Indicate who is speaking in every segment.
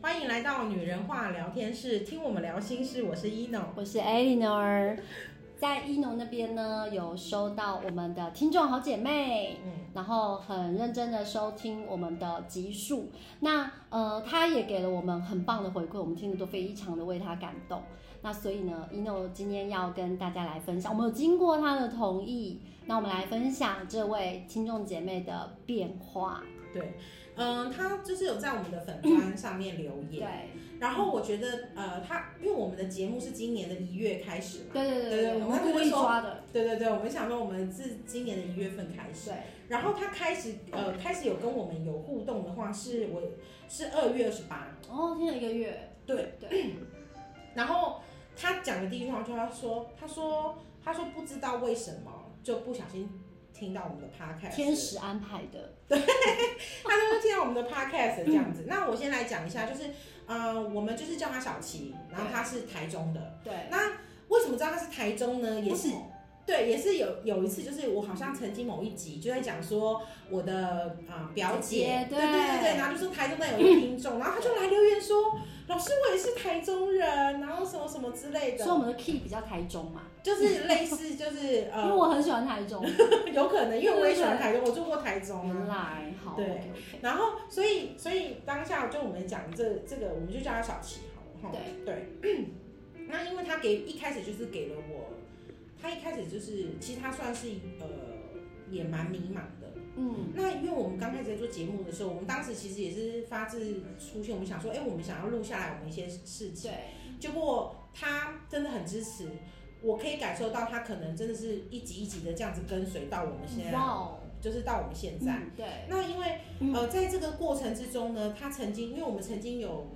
Speaker 1: 欢迎来到女人话聊天室，听我们聊心事。我是一 n o
Speaker 2: 我是 Eleanor，在一农那边呢，有收到我们的听众好姐妹，
Speaker 1: 嗯，
Speaker 2: 然后很认真的收听我们的集数。那呃，她也给了我们很棒的回馈，我们听得都非常的为她感动。那所以呢，ino 今天要跟大家来分享，我们有经过她的同意，那我们来分享这位听众姐妹的变化。
Speaker 1: 对，嗯，她就是有在我们的粉砖上面留
Speaker 2: 对
Speaker 1: 言，，然后我觉得呃，她因为我们的节目是今年的一月开始嘛，
Speaker 2: 对对
Speaker 1: 对
Speaker 2: 对
Speaker 1: 对
Speaker 2: 对，我
Speaker 1: 我
Speaker 2: 们
Speaker 1: 们
Speaker 2: 故
Speaker 1: 那
Speaker 2: 意
Speaker 1: 时候
Speaker 2: 抓的，
Speaker 1: 对对对，我们想说我们是今年的一月份开始，
Speaker 2: 对，
Speaker 1: 然后她开始呃开始有跟我们有互动的话，是我是二月二十八，
Speaker 2: 哦，听了一个月，
Speaker 1: 对
Speaker 2: 对，
Speaker 1: 然后他讲的第一句话就是他说，他说，他说不知道为什么就不小心听到我们的 podcast，
Speaker 2: 天，使安排的。
Speaker 1: 他就是听到我们的 podcast 这
Speaker 2: 嗯
Speaker 1: 样子。那我先来讲一下，就是呃，我们就是叫他小琪，然后他是台中的。
Speaker 2: 对，
Speaker 1: 那为什么知道他是台中呢？也是
Speaker 2: 为什么
Speaker 1: 对，也是有有一次，就是我好像曾经某一集就在讲说我的啊、呃表姐，
Speaker 2: 姐姐
Speaker 1: 对
Speaker 2: 对
Speaker 1: 对对，然后就说台中那有一个听 众，然后他就来留言说，老师我也是台中人，然后什么什么之类的
Speaker 2: 所以。我们的 key 比较台中嘛，
Speaker 1: 就是类似，就是
Speaker 2: 因为
Speaker 1: 呃，
Speaker 2: 我很喜欢台中。
Speaker 1: 有可能，因为我也喜欢台中，我住过台中
Speaker 2: 原
Speaker 1: 啊。
Speaker 2: 来好，
Speaker 1: 对
Speaker 2: OK OK，
Speaker 1: 然后，所以，所以当下就我们讲这这个，我们就叫他小琪好了哈。
Speaker 2: 对
Speaker 1: 对。 那因为他给一开始就是给了我，他一开始就是其实他算是呃也蛮迷茫的。
Speaker 2: 嗯，
Speaker 1: 那因为我们刚开始在做节目的时候，我们当时其实也是发自初心，我们想说，哎，我们想要录下来我们一些事情。
Speaker 2: 对，
Speaker 1: 结果他真的很支持，我可以感受到他可能真的是一集一集的这样子跟随到我们现在，
Speaker 2: 哇哦，
Speaker 1: 就是到我们现在。
Speaker 2: 嗯对，
Speaker 1: 那因为
Speaker 2: 嗯
Speaker 1: 呃，在这个过程之中呢，他曾经，因为我们曾经有，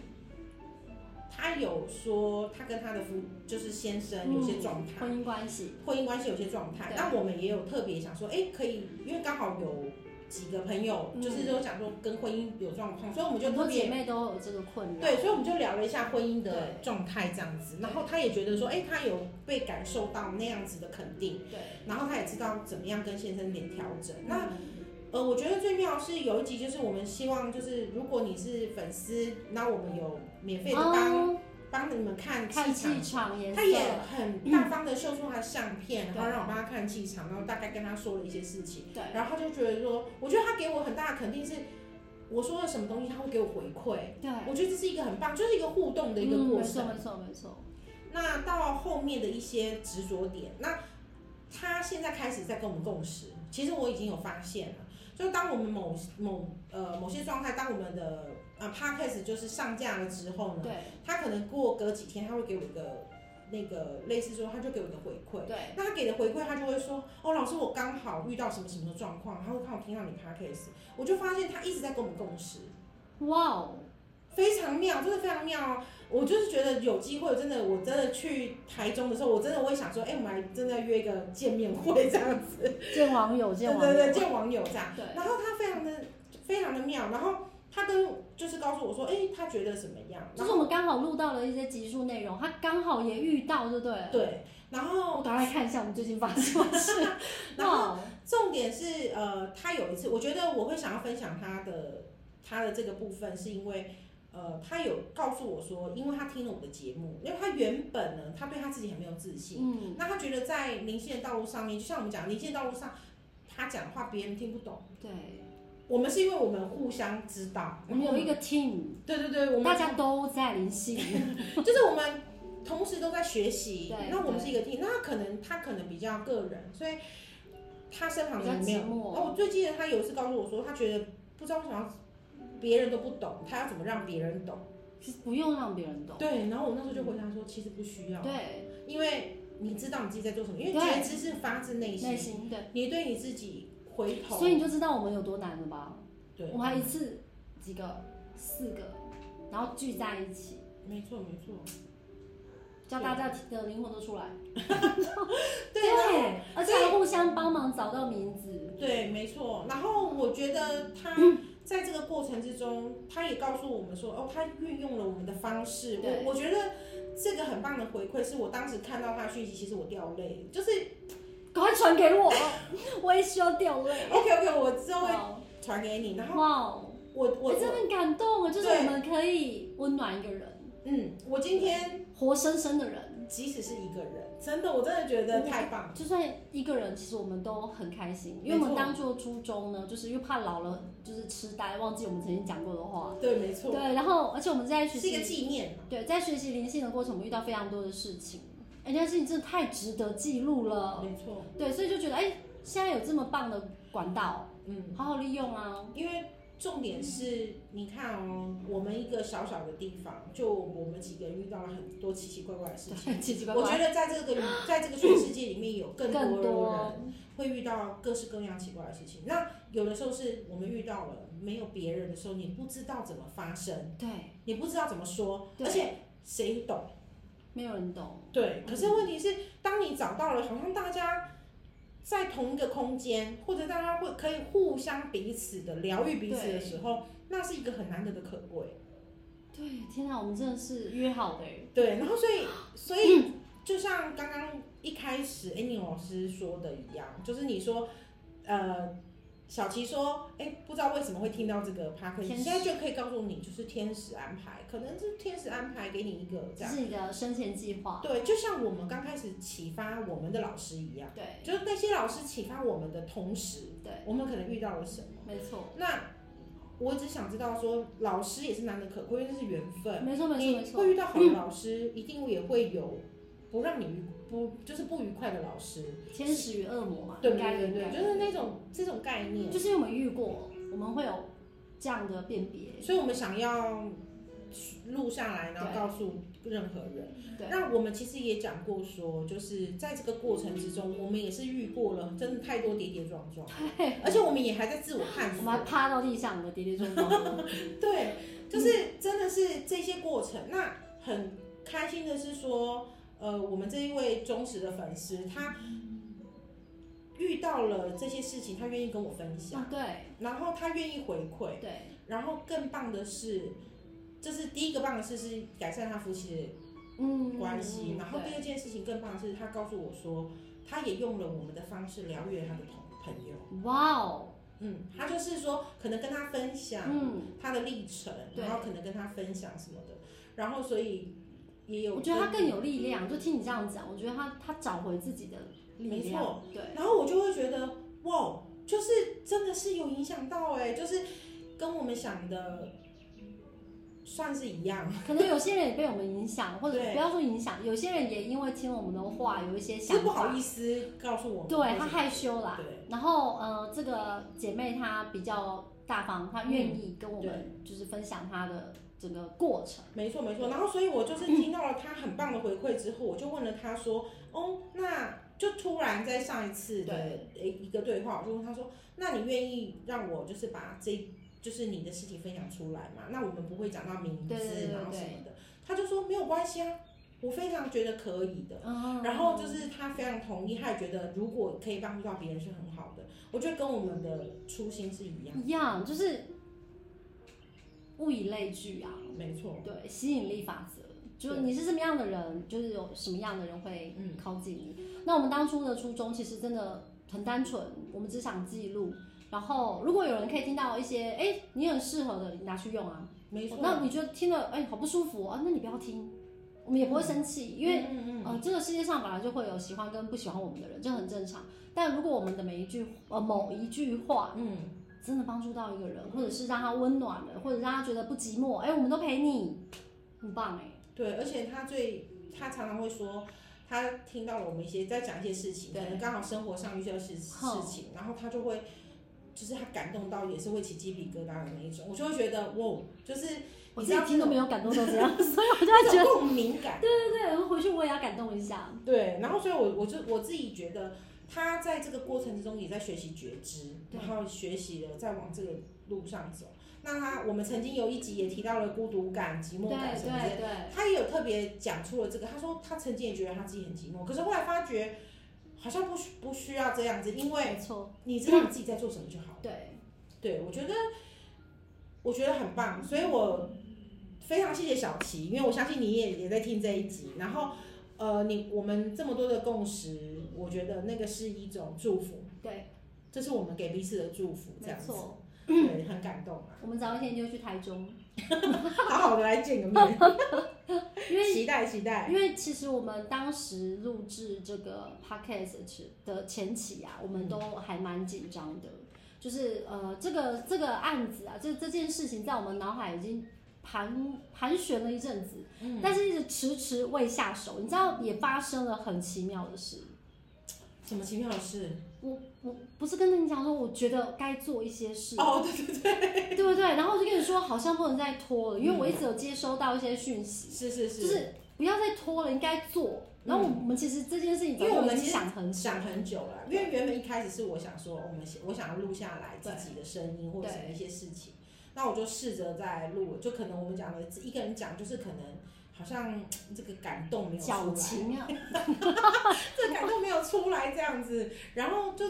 Speaker 1: 他有说他跟他的夫就是先生有些状态，
Speaker 2: 嗯婚姻关系，
Speaker 1: 婚姻关系有些状态。
Speaker 2: 对
Speaker 1: 那我们也有特别想说，哎，可以，因为刚好有几个朋友
Speaker 2: 嗯
Speaker 1: 就是都讲说跟婚姻有状况，所以我们就
Speaker 2: 很
Speaker 1: 特
Speaker 2: 多
Speaker 1: 别
Speaker 2: 姐妹都有这个困扰。
Speaker 1: 对，所以我们就聊了一下婚姻的
Speaker 2: 对
Speaker 1: 状态这样子，然后他也觉得说，哎、他有被感受到那样子的肯定，
Speaker 2: 对，
Speaker 1: 然后他也知道怎么样跟先生点调整。那
Speaker 2: 嗯
Speaker 1: 呃，我觉得最妙是有一集，就是我们希望，就是如果你是粉丝，那我们有免费的帮、
Speaker 2: 哦
Speaker 1: 帮你们看气
Speaker 2: 看
Speaker 1: 场
Speaker 2: 气。场颜色嗯
Speaker 1: 他，也很大方的秀出他的相片，然后
Speaker 2: 对
Speaker 1: 让我帮他看气场，然后大概跟他说了一些事情，
Speaker 2: 对，
Speaker 1: 然后他就觉得说，我觉得他给我很大的肯定是，我说了什么东西他会给我回馈，
Speaker 2: 对，
Speaker 1: 我觉得这是一个很棒，就是一个互动的一个过
Speaker 2: 嗯没错
Speaker 1: 程。
Speaker 2: 没错没错，
Speaker 1: 那到后面的一些执着点，那他现在开始在跟我们共识。其实我已经有发现了，就当我们某某呃某些状态，当我们的啊 podcast 就是上架了之后呢，
Speaker 2: 对
Speaker 1: 他可能过隔几天他会给我一个那个类似说，他就给我一个回馈。
Speaker 2: 对
Speaker 1: 那他给的回馈，他就会说：“哦，老师，我刚好遇到什么什么状况，他会看我听到你 podcast，我就发现他一直在跟我们共识。”
Speaker 2: 哇哦，
Speaker 1: 非常妙，真的非常妙哦！我就是觉得有机会，真的，我真的去台中的时候，我真的会想说，哎、我们来真的约一个见面会这样子，
Speaker 2: 见网友
Speaker 1: 对
Speaker 2: 见网
Speaker 1: 对
Speaker 2: 友，
Speaker 1: 对，见网友这样。
Speaker 2: 对
Speaker 1: 然后他非常的非常的妙，然后他跟就是告诉我说，哎、他觉得怎么样？
Speaker 2: 就
Speaker 1: 然
Speaker 2: 是
Speaker 1: 后
Speaker 2: 我们刚好录到了一些集数内容，他刚好也遇到，对不对？，
Speaker 1: 对，然
Speaker 2: 我
Speaker 1: 后
Speaker 2: 赶快来看一下我们最近发生什么事。
Speaker 1: 然后
Speaker 2: 哇哦，
Speaker 1: 重点是，呃，他有一次，我觉得我会想要分享他的他的这个部分，是因为。呃，他有告诉我说，因为他听了我的节目，因为他原本呢，他对他自己很没有自信，
Speaker 2: 嗯，
Speaker 1: 那他觉得在零线道路上面，就像我们讲零线道路上，他讲的话别人听不懂。
Speaker 2: 对，
Speaker 1: 我们是因为我们互相知道，
Speaker 2: 我们有一个 team，
Speaker 1: 对对对，我
Speaker 2: 大
Speaker 1: 们
Speaker 2: 家都在灵性，
Speaker 1: 就是我们同时都在学习
Speaker 2: 对。
Speaker 1: 那我们是一个 team，那可能他可能比较个人，所以他身旁
Speaker 2: 比
Speaker 1: 的
Speaker 2: 较
Speaker 1: 人没有
Speaker 2: 寂。寞。
Speaker 1: 哦，我最记得他有一次告诉我说，他觉得不知道为什么别人都不懂，他要怎么让别人懂？
Speaker 2: 其实不用让别人懂。
Speaker 1: 对，然后我那时候就回答说，其实不需要，
Speaker 2: 对，
Speaker 1: 因为你知道你自己在做什么，因为
Speaker 2: 对
Speaker 1: 觉知是发自内
Speaker 2: 内
Speaker 1: 心，
Speaker 2: 心对，
Speaker 1: 你对你自己回头，
Speaker 2: 所以你就知道我们有多难了吧？
Speaker 1: 对，
Speaker 2: 我们还一次几个，四个，然后聚在一起，
Speaker 1: 没错没错，
Speaker 2: 叫大家的灵魂都出来。
Speaker 1: 对
Speaker 2: 啊
Speaker 1: 然后
Speaker 2: 而且还互相帮忙找到名字。
Speaker 1: 对，没错。然后我觉得他
Speaker 2: 嗯
Speaker 1: 在这个过程之中，他也告诉我们说，哦，他运用了我们的方式。
Speaker 2: 对
Speaker 1: 我我觉得这个很棒的回馈，是我当时看到他讯息，其实我掉泪，就是
Speaker 2: 赶快传 给我，我也需要掉泪。
Speaker 1: OK OK，我之后会
Speaker 2: 哇
Speaker 1: 传给你。然后
Speaker 2: 哇哦，
Speaker 1: 我我
Speaker 2: 欸真的很感动哦，就是我们可以温暖一个人，
Speaker 1: 嗯，我今天
Speaker 2: 活生生的人。
Speaker 1: 即使是一个人，真的，我真的觉得太棒了。
Speaker 2: 就算一个人，其实我们都很开心，因为
Speaker 1: 没
Speaker 2: 我
Speaker 1: 错
Speaker 2: 们当初的初衷呢，就是又怕老了就是痴呆，忘记我们曾经讲过的话。
Speaker 1: 对，没错，
Speaker 2: 对，然后而且我们在学
Speaker 1: 是一个
Speaker 2: 习，
Speaker 1: 纪念嘛。
Speaker 2: 对，在学习灵性的过程，我们遇到非常多的事情，哎，那些事情真的太值得记录了。
Speaker 1: 没错，
Speaker 2: 对，所以就觉得哎、现在有这么棒的管道，
Speaker 1: 嗯，
Speaker 2: 好好利用啊。
Speaker 1: 因为重点是，你看哦，我们一个小小的地方，就我们几个人遇到了很多奇奇怪怪的事情。
Speaker 2: 对，奇奇怪
Speaker 1: 我觉
Speaker 2: 怪，
Speaker 1: 得在这个在这个全世界里面，有更
Speaker 2: 更
Speaker 1: 多人
Speaker 2: 多
Speaker 1: 会遇到各式各样奇怪的事情。那有的时候是我们遇到了没有别人的时候，你不知道怎么发声，
Speaker 2: 对，
Speaker 1: 你不知道怎么说，
Speaker 2: 对
Speaker 1: 而且谁懂？
Speaker 2: 没有人懂。
Speaker 1: 对。
Speaker 2: 嗯
Speaker 1: 可是问题是，当你找到了，好像大家在同一个空间，或者大家会可以互相彼此的疗愈彼此的时候，那是一个很难得的可贵。
Speaker 2: 对，天哪，我们真的是约好的欸，
Speaker 1: 对，然后所以所以就像刚刚一开始 Annie 老师说的一样，就是你说，呃，小琪说，哎、不知道为什么会听到这个 p a r k
Speaker 2: 天
Speaker 1: 现
Speaker 2: 使
Speaker 1: 在就可以告诉你，就是天使安排，可能是天使安排给你一个这
Speaker 2: 这
Speaker 1: 样。
Speaker 2: 是你的生前计划。
Speaker 1: 对，就像我们刚开始启发我们的老师一样，
Speaker 2: 对，
Speaker 1: 就是那些老师启发我们的同时，
Speaker 2: 对，
Speaker 1: 我们可能遇到了什么？
Speaker 2: 没错，
Speaker 1: 那我只想知道说，老师也是难能可贵，因为这是缘分。
Speaker 2: 没错，没错，没
Speaker 1: 你
Speaker 2: 错
Speaker 1: 会。遇到好的老师，一定也会有不让你愉不就是不愉快的老师，
Speaker 2: 天使与恶魔嘛，
Speaker 1: 对
Speaker 2: 应
Speaker 1: 不
Speaker 2: 该
Speaker 1: 对？
Speaker 2: 应
Speaker 1: 对，
Speaker 2: 该，嗯
Speaker 1: 就是那种这种概念，
Speaker 2: 就是因为我们遇过，我们会有这样的辨别。
Speaker 1: 所以我们想要录下来，然后
Speaker 2: 对
Speaker 1: 告诉任何人。
Speaker 2: 对，
Speaker 1: 那我们其实也讲过说，就是在这个过程之中，我们也是遇过了真的太多跌跌撞 撞，而且我们也还在自我探
Speaker 2: 我
Speaker 1: 索。
Speaker 2: 们嗯还趴到地上，我们跌跌撞撞的。
Speaker 1: 对，就是真的是这些过程。那很开心的是说，呃，我们这一位忠实的粉丝，他遇到了这些事情，他愿意跟我分享，
Speaker 2: 啊，对，
Speaker 1: 然后他愿意回馈，
Speaker 2: 对，
Speaker 1: 然后更棒的是，这是第一个棒的事是改善他夫妻的
Speaker 2: 嗯，
Speaker 1: 关系，然后第
Speaker 2: 对
Speaker 1: 二件事情更棒的是，他告诉我说，他也用了我们的方式疗愈了他的同朋友。
Speaker 2: 哇哦，
Speaker 1: 嗯，他就是说，可能跟他分享，
Speaker 2: 嗯，
Speaker 1: 他的历程，
Speaker 2: 对
Speaker 1: 然后可能跟他分享什么的，然后所以也有，
Speaker 2: 我觉得他更有力量。就听你这样讲，我觉得他他找回自己的力
Speaker 1: 没错
Speaker 2: 量。对，
Speaker 1: 然后我就会觉得哇，就是真的是有影响到哎、就是跟我们想的算是一样，
Speaker 2: 可能有些人也被我们影响，或者
Speaker 1: 对
Speaker 2: 不要说影响，有些人也因为听了我们的话有一些
Speaker 1: 是
Speaker 2: 想
Speaker 1: 不好
Speaker 2: 法，
Speaker 1: 意思告诉我们，
Speaker 2: 对他害羞啦。
Speaker 1: 对
Speaker 2: 然后呃，这个姐妹她比较大方，她愿意跟我们就是分享她的整个过程。
Speaker 1: 没错没错，然后所以我就是听到了他很棒的回馈之后，我就问了他说，哦，那就突然在上一次的呃一个对话，我就问他说，那你愿意让我就是把这就是你的事情分享出来嘛？那我们不会讲到名字，
Speaker 2: 对对对对
Speaker 1: 然后什么的，他就说没有关系啊，我非常觉得可以的。
Speaker 2: 嗯，
Speaker 1: 然后就是他非常同意，他也觉得如果可以帮助到别人是很好的。我觉得跟我们的初心是一样的，
Speaker 2: 一样，就是物以类聚啊，
Speaker 1: 没错，
Speaker 2: 对，吸引力法则，就是你是什么样的人，就是有什么样的人会
Speaker 1: 嗯
Speaker 2: 靠近你。那我们当初的初衷其实真的很单纯，我们只想记录。然后，如果有人可以听到一些，哎，你很适合的，你拿去用啊。
Speaker 1: 没错。
Speaker 2: 那你觉得听了，哎，好不舒服啊，那你不要听，我们也不会生气，因为
Speaker 1: 嗯嗯嗯
Speaker 2: 呃，这个世界上本来就会有喜欢跟不喜欢我们的人，这很正常。但如果我们的每一句呃某一句话
Speaker 1: 嗯
Speaker 2: 真的帮助到一个人，或者是让他温暖了，或者让他觉得不寂寞，哎、我们都陪你，很棒哎、
Speaker 1: 对，而且他最他常常会说，他听到了我们一些在讲一些事情，可
Speaker 2: 对
Speaker 1: 能刚好生活上遇到事事
Speaker 2: 哼
Speaker 1: 情，然后他就会，就是他感动到也是会起鸡皮疙瘩的那一种，我就会觉得哇，就是
Speaker 2: 我
Speaker 1: 你知
Speaker 2: 自己
Speaker 1: 道
Speaker 2: 听
Speaker 1: 这
Speaker 2: 都没
Speaker 1: 种
Speaker 2: 有感动到这 样，所以我就会觉
Speaker 1: 这
Speaker 2: 得，
Speaker 1: 种共鸣感，
Speaker 2: 对对对，我回去我也要感动一下。
Speaker 1: 对，然后所以我我就我自己觉得他在这个过程之中也在学习觉知，
Speaker 2: 对
Speaker 1: 然后学习了再往这个路上走。那他我们曾经有一集也提到了孤独感、寂
Speaker 2: 对
Speaker 1: 寞感什么之类的
Speaker 2: 对对，
Speaker 1: 他也有特别讲出了这个，他说他曾经也觉得他自己很寂寞，可是后来发觉好像不需不需要这样子，因为
Speaker 2: 没错，
Speaker 1: 你知道你自己在做什么就好。
Speaker 2: 对，
Speaker 1: 对，我觉得我觉得很棒，所以我非常谢谢小琪，因为我相信你也也在听这一集，然后。呃，你我们这么多的共识，我觉得那个是一种祝福，
Speaker 2: 对，
Speaker 1: 这是我们给彼此的祝福，这
Speaker 2: 没
Speaker 1: 样子。
Speaker 2: 错。
Speaker 1: 对，很感 动啊，
Speaker 2: 我们早一天就去台中，
Speaker 1: 好好的来见个面，
Speaker 2: 因为
Speaker 1: 期待期待，
Speaker 2: 因为其实我们当时录制这个 podcast 的前期啊，我们都
Speaker 1: 嗯
Speaker 2: 还蛮紧张的，就是呃，这个这个案子啊，这这件事情在我们脑海已经盘盘旋了一阵子，
Speaker 1: 嗯，
Speaker 2: 但是一直迟迟未下手。你知道，也发生了很奇妙的事。
Speaker 1: 什么奇妙的事？
Speaker 2: 我我不是跟你讲说，我觉得该做一些事，
Speaker 1: 哦，对对对，
Speaker 2: 对不对？然后我就跟你说，好像不能再拖了，因为我一直有接收到一些讯息，
Speaker 1: 是是是，
Speaker 2: 就是不要再拖了，应该做。然后我们其实这件事情，
Speaker 1: 因为我们
Speaker 2: 已
Speaker 1: 其
Speaker 2: 经
Speaker 1: 实
Speaker 2: 想很久，
Speaker 1: 想很久了，因为原本一开始是我想说，我们我想要录下来自己的声音或者什么一些事情，那我就试着在录，就可能我们讲的一个人讲，就是可能好像嗯这个感动没有出
Speaker 2: 矫
Speaker 1: 来，
Speaker 2: 情啊，
Speaker 1: 这感动没有出来这样子，然后就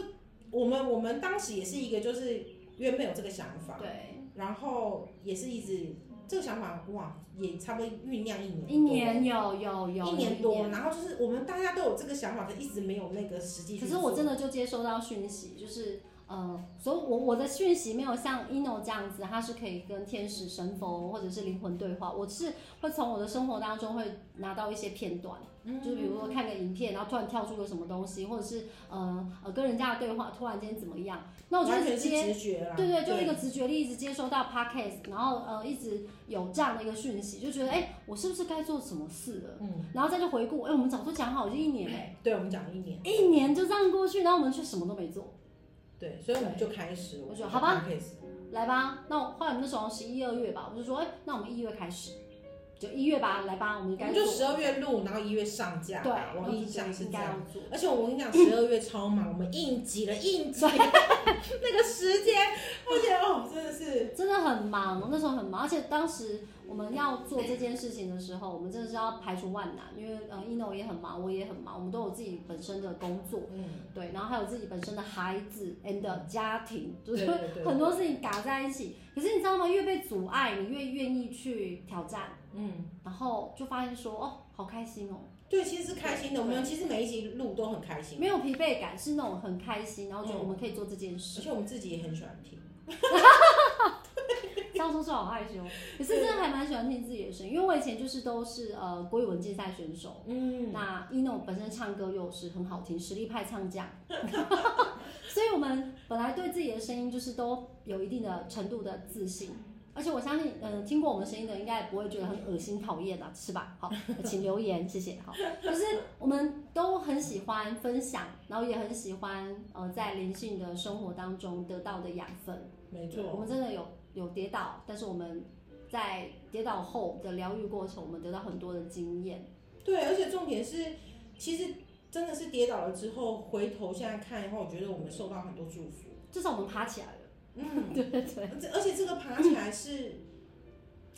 Speaker 1: 我们我们当时也是一个就是原本有这个想法，
Speaker 2: 对，
Speaker 1: 然后也是一直这个想法哇，也差不多酝酿一年，
Speaker 2: 一。年有有有
Speaker 1: 嗯一年多，。然后就是我们大家都有这个想法，可一直没有那个实际去
Speaker 2: 可
Speaker 1: 做。
Speaker 2: 是呃我真的就接收到讯息，就是呃，所以我我的讯息没有像 ino 这样子，它是可以跟天使、神佛或者是灵魂对话。我是会从我的生活当中会拿到一些片段，
Speaker 1: 嗯
Speaker 2: 就是比如说看个影片，然后突然跳出个什么东西，或者是呃呃跟人家的对话突然间怎么样，那我就
Speaker 1: 完
Speaker 2: 会
Speaker 1: 全
Speaker 2: 直
Speaker 1: 是直
Speaker 2: 接
Speaker 1: 觉啦。
Speaker 2: 对对，就一个直觉力一直接收到 podcast，然后呃一直有这样的一个讯息，就觉得哎、我是不是该做什么事了？
Speaker 1: 嗯，
Speaker 2: 然后再去回顾，哎、我们早就讲好，已经一年了，
Speaker 1: 对，我们讲了一年，
Speaker 2: 一年就这样过去，然后我们却什么都没做。
Speaker 1: 对，所以我们就开始，
Speaker 2: 我
Speaker 1: 们
Speaker 2: 觉
Speaker 1: 就
Speaker 2: 得好吧
Speaker 1: 开始，
Speaker 2: 来吧，那我后来我们那时候十一二月吧，我就说，哎、那我们一月开始，就一月吧，来吧，我们
Speaker 1: 我
Speaker 2: 该
Speaker 1: 们
Speaker 2: 做
Speaker 1: 就。十二月录，然后一月上架
Speaker 2: 对
Speaker 1: 吧，，我
Speaker 2: 然后就
Speaker 1: 印
Speaker 2: 觉得
Speaker 1: 象是
Speaker 2: 应
Speaker 1: 这
Speaker 2: 该要
Speaker 1: 样。
Speaker 2: 做。
Speaker 1: 而且我跟你讲，十二月超忙，我们应急了，应 急那个时间，而且哦，真的是，
Speaker 2: 真的很忙，那时候很忙，而且当时我们要做这件事情的时候，我们真的是要排除万难，因为呃，ino 也很忙，我也很忙，我们都有自己本身的工作，
Speaker 1: 嗯，
Speaker 2: 对，然后还有自己本身的孩子 and 家庭，就
Speaker 1: 对
Speaker 2: 是
Speaker 1: 对对，
Speaker 2: 很多事情嘎在一起。可是你知道吗？越被阻碍，你越愿意去挑战，
Speaker 1: 嗯，
Speaker 2: 然后就发现说，哦，好开心哦，
Speaker 1: 对，其实是开心的，我
Speaker 2: 对
Speaker 1: 们其实每一集录都很开心，
Speaker 2: 没有疲惫感，是那种很开心，然后
Speaker 1: 嗯
Speaker 2: 觉得我们可以做这件
Speaker 1: 而
Speaker 2: 事。
Speaker 1: 且我们自己也很喜欢听，
Speaker 2: 这样说是好害羞，可是真的还蛮喜欢听自己的声音，因为我以前就是都是呃国语文竞赛选手。
Speaker 1: 嗯，
Speaker 2: 那 ino 本身唱歌又是很好听，实力派唱将， 所以我们本来对自己的声音就是都有一定的程度的自信，而且我相信，嗯、听过我们声音的应该也不会觉得很恶心讨厌啊，是吧？好，请留言，谢谢。好，就是我们都很喜欢分享，然后也很喜欢呃在灵性的生活当中得到的养分。
Speaker 1: 没
Speaker 2: 我
Speaker 1: 错，
Speaker 2: 们真的有有跌倒，但是我们在跌倒后的疗愈过程，我们得到很多的经验。
Speaker 1: 对，而且重点是，其实真的是跌倒了之后，回头现在看的话，我觉得我们受到很多祝福，
Speaker 2: 至少我们爬起来了。
Speaker 1: 嗯。
Speaker 2: 对对对，
Speaker 1: 这而且这个爬起来是，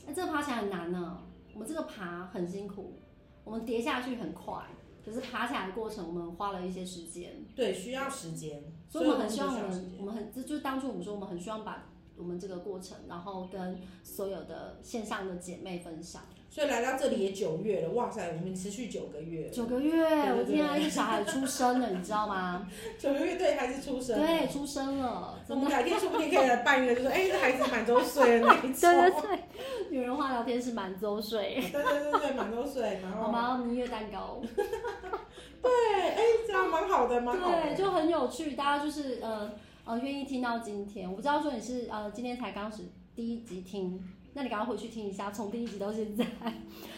Speaker 2: 那哎这个爬起来很难呢、我们这个爬很辛苦，我们跌下去很快，可是爬起来的过程我们花了一些时间，
Speaker 1: 对，需要时间，
Speaker 2: 所以我们很
Speaker 1: 就
Speaker 2: 希
Speaker 1: 需
Speaker 2: 望我
Speaker 1: 要时
Speaker 2: 们
Speaker 1: 间。
Speaker 2: 我们很这就是当初我们说我们很希望把我们这个过程，然后跟所有的线上的姐妹分享。
Speaker 1: 所以来到这里也九月了，哇塞，我们持续九个月，
Speaker 2: 九个月，
Speaker 1: 对
Speaker 2: 我天啊，一个小孩出生了，你知 道吗？
Speaker 1: 九个月对孩子出生，
Speaker 2: 对，，出生了，
Speaker 1: 我
Speaker 2: 真
Speaker 1: 们
Speaker 2: 的。
Speaker 1: 改天说不定可以来办一个，就说哎，这孩子满周岁了，没错，
Speaker 2: 对对 对，女人话聊天是满周岁，
Speaker 1: 对对对对，满周岁，然
Speaker 2: 好
Speaker 1: 后
Speaker 2: 吗？蜜月蛋糕。
Speaker 1: 对，哎，这样蛮好的，蛮好
Speaker 2: 对，
Speaker 1: 的，
Speaker 2: 就很有趣，大家就是呃呃愿意听到今天。我不知道说你是呃今天才刚始第一集听，那你赶快回去听一下，从第一集到现在，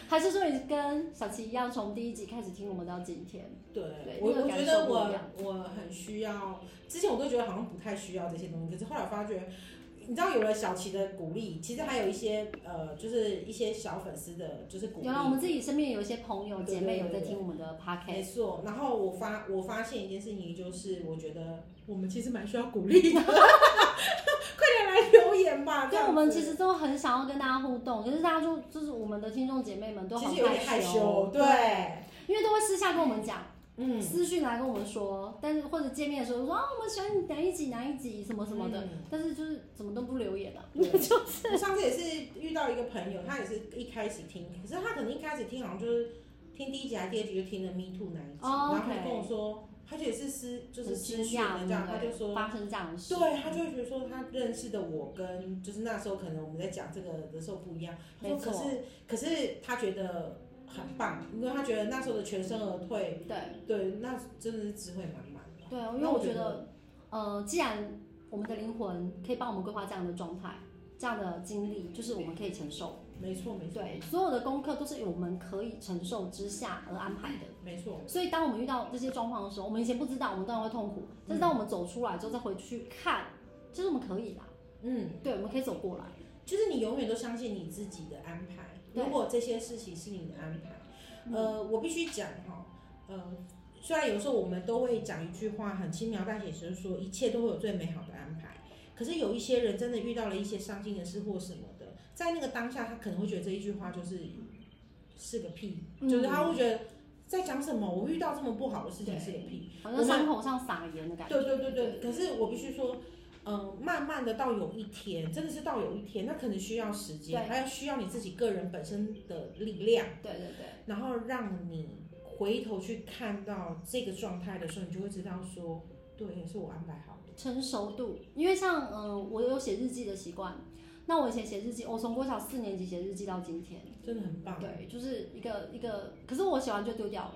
Speaker 2: 还是说你跟小琪一样从第一集开始听我们到今天？对
Speaker 1: 对，我
Speaker 2: 那个
Speaker 1: 我
Speaker 2: 感
Speaker 1: 觉
Speaker 2: 受
Speaker 1: 得
Speaker 2: 不一
Speaker 1: 我
Speaker 2: 样
Speaker 1: 我很需要，之前我都觉得好像不太需要这些东西，可是后来发觉。你知道有了小琪的鼓励，其实还有一些呃，就是一些小粉丝的，就是鼓励。
Speaker 2: 有啦，我们自己身边有一些朋友
Speaker 1: 对
Speaker 2: 姐妹
Speaker 1: 对
Speaker 2: 有在
Speaker 1: 对
Speaker 2: 听我们的 podcast，
Speaker 1: 没错，然后我发我发现一件事情，就是我觉得我们其实蛮需要鼓励的， 快点来留言吧。这
Speaker 2: 对，
Speaker 1: 样
Speaker 2: 我们
Speaker 1: 子
Speaker 2: 其实都很想要跟大家互动，可是大家就就是我们的听众姐妹们都
Speaker 1: 其
Speaker 2: 很
Speaker 1: 实有点害羞，对，
Speaker 2: 哦因为都会私下跟我们讲。
Speaker 1: 嗯，
Speaker 2: 私讯来跟我们说，但是或者见面的时候就说啊，我们喜欢你哪一集哪一集什么什么的，
Speaker 1: 嗯
Speaker 2: 但是就是怎么都不留 言啊，
Speaker 1: 对
Speaker 2: 就
Speaker 1: 我上次也是遇到一个朋友，他也是一开始听，可是他可能一开始听好像就是听第一集还是第二集就听了 Me Too 那一集，
Speaker 2: 哦
Speaker 1: 然后他就
Speaker 2: ，OK
Speaker 1: 跟我说，他就也是失就是
Speaker 2: 很
Speaker 1: 失
Speaker 2: 惊
Speaker 1: 去
Speaker 2: 讶，
Speaker 1: 了
Speaker 2: 对
Speaker 1: 这样，他
Speaker 2: 不
Speaker 1: 就
Speaker 2: 对？
Speaker 1: 说。
Speaker 2: 发生这样的事，
Speaker 1: 对，他就会觉得说，他认识的我跟就是那时候可能我们在讲这个的时候不一样。他说，
Speaker 2: 没
Speaker 1: 可
Speaker 2: 错
Speaker 1: 是可是他觉得很棒，因为他觉得那时候的全身而退，
Speaker 2: 对
Speaker 1: 对，那真的是智慧满满的。
Speaker 2: 对，因为
Speaker 1: 那
Speaker 2: 我
Speaker 1: 我
Speaker 2: 觉
Speaker 1: 觉
Speaker 2: 得，呃，既然我们的灵魂可以帮我们规划这样的状态，这样的经历，就是我们可以承受。
Speaker 1: 没错，没错，
Speaker 2: 对，所有的功课都是我们可以承受之下而安排的。
Speaker 1: 没错，
Speaker 2: 所以，当我们遇到这些状况的时候，我们以前不知道，我们当然会痛苦。但是，当我们走出来之后，再回去看，就是我们可以啦。
Speaker 1: 嗯，
Speaker 2: 对，我们可以走过来。
Speaker 1: 就是你永远都相信你自己的安排。
Speaker 2: 对
Speaker 1: 如果这些事情是你的安排，
Speaker 2: 嗯，
Speaker 1: 呃，我必须讲哈，呃，虽然有时候我们都会讲一句话很轻描淡写，就是说一切都会有最美好的安排。可是有一些人真的遇到了一些伤心的事或什么的，在那个当下，他可能会觉得这一句话就是是个屁，
Speaker 2: 嗯
Speaker 1: 就是他会觉得在讲什么，我遇到这么不好的事情是个屁。
Speaker 2: 好像
Speaker 1: 我们
Speaker 2: 伤口上撒盐的感觉。
Speaker 1: 对对对对，可是我必须说，嗯，慢慢的到有一天，真的是到有一天，那可能需要时间，
Speaker 2: 对
Speaker 1: 还要需要你自己个人本身的力量，
Speaker 2: 对对对，
Speaker 1: 然后让你回头去看到这个状态的时候，你就会知道说，对，是我安排好的。
Speaker 2: 成熟度，因为像嗯、呃我有写日记的习惯。那我以前写日记，我从国小四年级写日记到今天，
Speaker 1: 真的很棒，
Speaker 2: 对，就是一个一个，可是我写完就丢掉了。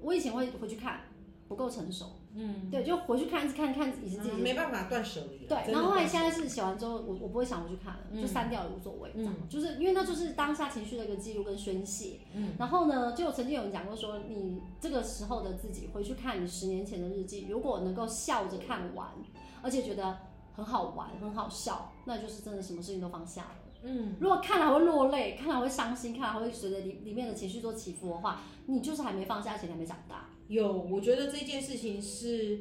Speaker 2: 我以前会回去看，不够成熟，
Speaker 1: 嗯，
Speaker 2: 对，就回去看一次看看以前自己
Speaker 1: 嗯没办法断舍离了。
Speaker 2: 对，
Speaker 1: 真的
Speaker 2: 然后后来
Speaker 1: 断舍
Speaker 2: 现在是写完之后，我我不会想回去看了，
Speaker 1: 嗯
Speaker 2: 就删掉也无所谓，
Speaker 1: 嗯
Speaker 2: 这样就是因为那就是当下情绪的一个记录跟宣泄。
Speaker 1: 嗯，
Speaker 2: 然后呢，就曾经有人讲过说，你这个时候的自己回去看你十年前的日记，如果能够笑着看完，而且觉得很好玩、很好笑，那就是真的什么事情都放下了。
Speaker 1: 嗯，
Speaker 2: 如果看了还会落泪，看了还会伤心，看了还会随着里里面的情绪做起伏的话，你就是还没放下，而且你还没长大。
Speaker 1: 有，我觉得这件事情是，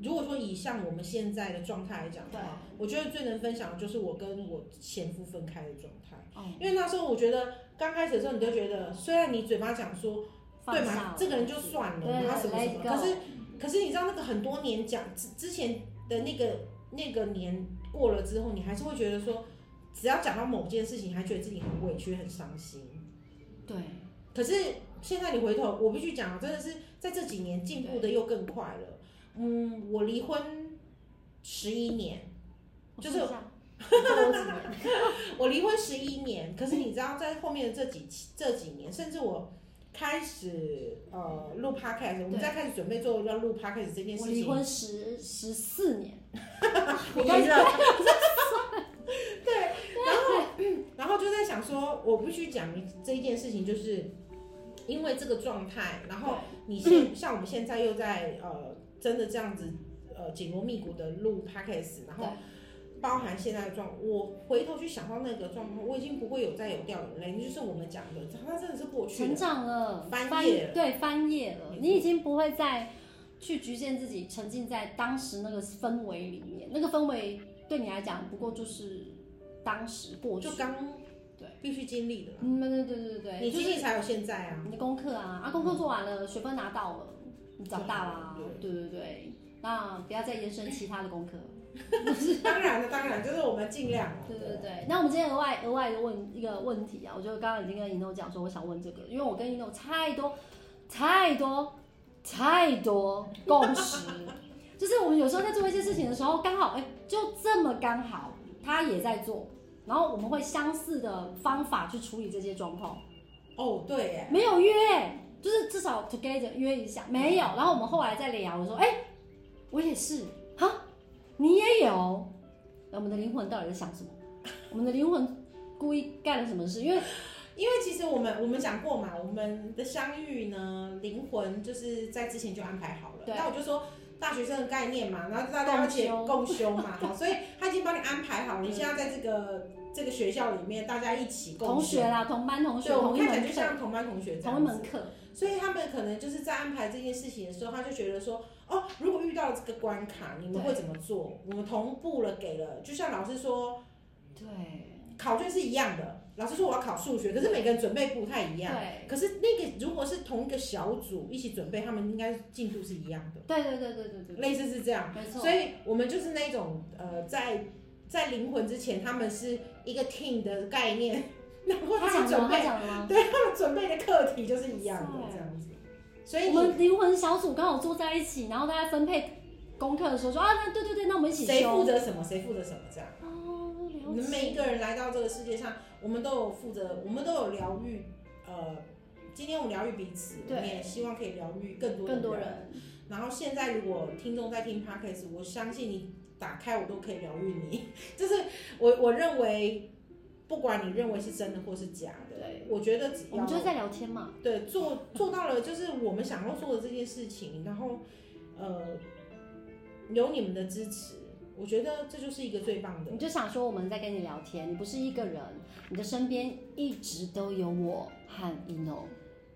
Speaker 1: 如果说以像我们现在的状态来讲的话，我觉得最能分享的就是我跟我前夫分开的状态。
Speaker 2: 哦，
Speaker 1: 因为那时候我觉得刚开始的时候，你就觉得虽然你嘴巴讲说
Speaker 2: 放
Speaker 1: 对
Speaker 2: 下
Speaker 1: 嘛
Speaker 2: 了，
Speaker 1: 这个人就算了，
Speaker 2: 对
Speaker 1: 然后什么什么，
Speaker 2: let it go
Speaker 1: 可是可是你知道那个很多年讲之之前的那个那个年过了之后，你还是会觉得说，只要讲到某件事情，你还觉得自己很委屈、很伤心。
Speaker 2: 对，
Speaker 1: 可是现在你回头，我必须讲，真的是在这几年进步的又更快了。嗯，我离婚十一年，
Speaker 2: 我
Speaker 1: 就是
Speaker 2: 试一下你多我几年
Speaker 1: 我离婚十一年，可是你知道，在后面的这几这几年，甚至我开始呃录 podcast，我们
Speaker 2: 对
Speaker 1: 在开始准备做要录 podcast 这件
Speaker 2: 我
Speaker 1: 事
Speaker 2: 离
Speaker 1: 情，
Speaker 2: 婚十十四年，
Speaker 1: 我
Speaker 2: 我
Speaker 1: 觉
Speaker 2: 刚
Speaker 1: 得 对，然后然后就在想说，我必须讲这一件事情，就是因为这个状态，然后你
Speaker 2: 嗯
Speaker 1: 现像我们现在又在呃真的这样子呃紧锣密鼓的录 podcast，然后
Speaker 2: 对
Speaker 1: 包含现在的状，我回头去想到那个状况，我已经不会有再有掉眼泪，那就是我们讲的，它真的是过去
Speaker 2: 成
Speaker 1: 的。
Speaker 2: 长了，
Speaker 1: 翻页
Speaker 2: 页
Speaker 1: 了
Speaker 2: 对翻页了
Speaker 1: 没，错
Speaker 2: 你已经不会再去局限自己，沉浸在当时那个氛围里面，那个氛围对你来讲不过就是当时过
Speaker 1: 我
Speaker 2: 去
Speaker 1: 就，刚
Speaker 2: 对
Speaker 1: 必须经历的啦，
Speaker 2: 嗯，对对对对
Speaker 1: 你
Speaker 2: 对，就
Speaker 1: 经历
Speaker 2: 是
Speaker 1: 才有现在啊。
Speaker 2: 你的功课啊，啊功课做完了，学分拿到了，你长大啦，对
Speaker 1: 对
Speaker 2: 对对，那不要再延伸其他的功课。
Speaker 1: 当然了，当然就是我们尽量啊。
Speaker 2: 对对对，那我们今天额外额外的问一个问题啊，我就刚刚已经跟一诺讲说，我想问这个，因为我跟一诺太多太多太多共识， 就是我们有时候在做一些事情的时候，刚好哎、就这么刚好他也在做，然后我们会相似的方法去处理这些状况，
Speaker 1: 哦，对耶，
Speaker 2: 没有约，就是至少 together 约一下，没
Speaker 1: 嗯
Speaker 2: 有。然后我们后来在聊，我说，哎、我也是，哈，你也有。那我们的灵魂到底在想 什么？我们的灵魂故意干了什么事？因为
Speaker 1: 因为其实我们我们讲过嘛，我们的相遇呢，灵魂就是在之前就安排好了。
Speaker 2: 对
Speaker 1: 那我就说大学生的概念嘛，然后大家要写
Speaker 2: 共修嗯
Speaker 1: 共修 嘛，好，所以他已经帮你安排好了。
Speaker 2: 对
Speaker 1: 你现在在这个这个学校里面，大家一起共
Speaker 2: 同
Speaker 1: 修
Speaker 2: 学。啦，同班同学，
Speaker 1: 对，我
Speaker 2: 同
Speaker 1: 们
Speaker 2: 一
Speaker 1: 看起来就
Speaker 2: 门课，
Speaker 1: 像同班同学这
Speaker 2: 同
Speaker 1: 样
Speaker 2: 一
Speaker 1: 子，
Speaker 2: 门课，
Speaker 1: 所以他们可能就是在安排这件事情的时候，他就觉得说，哦，如果遇到这个关卡，你们
Speaker 2: 对
Speaker 1: 会怎么做？我们同步了，给了，就像老师说，
Speaker 2: 对
Speaker 1: 考卷是一样的，老师说我要考数学，可是每个人准备不太一样。
Speaker 2: 对
Speaker 1: 可是那个如果是同一个小组一起准备，他们应该进度是一样的，
Speaker 2: 对对对对对对，
Speaker 1: 类似是这样。
Speaker 2: 没错，
Speaker 1: 所以我们就是那种呃，在在灵魂之前，他们是一个 team 的概念，然后
Speaker 2: 他
Speaker 1: 他们准
Speaker 2: 讲了吗？他
Speaker 1: 备
Speaker 2: 讲了吗？
Speaker 1: 他们准备的课题就是一样的
Speaker 2: 哇塞
Speaker 1: 这样子。所以
Speaker 2: 我
Speaker 1: 你
Speaker 2: 们灵魂小组刚好坐在一起，然后大家分配功课的时候说啊，那对对对，那我们一起
Speaker 1: 谁负
Speaker 2: 修。
Speaker 1: 责什么，谁负责什么这样。
Speaker 2: 哦，
Speaker 1: 我
Speaker 2: 了
Speaker 1: 们每一
Speaker 2: 解。
Speaker 1: 个人来到这个世界上，我们都有负责，我们都有疗愈。呃，今天我们疗愈彼此，我
Speaker 2: 对
Speaker 1: 们也希望可以疗愈更多的
Speaker 2: 更多。人
Speaker 1: 然后现在如果听众在听 podcast，我相信你打开我都可以疗愈你。 就是我我认为，不管你认为是真的或是假的，
Speaker 2: 对
Speaker 1: 我觉得只
Speaker 2: 我
Speaker 1: 要
Speaker 2: 们就是在聊天嘛，
Speaker 1: 对做做到了，就是我们想要做的这件事情，然后呃，有你们的支持，我觉得这就是一个最棒的
Speaker 2: 你。就想说我们在跟你聊天，你不是一个人，你的身边一直都有我和 ino。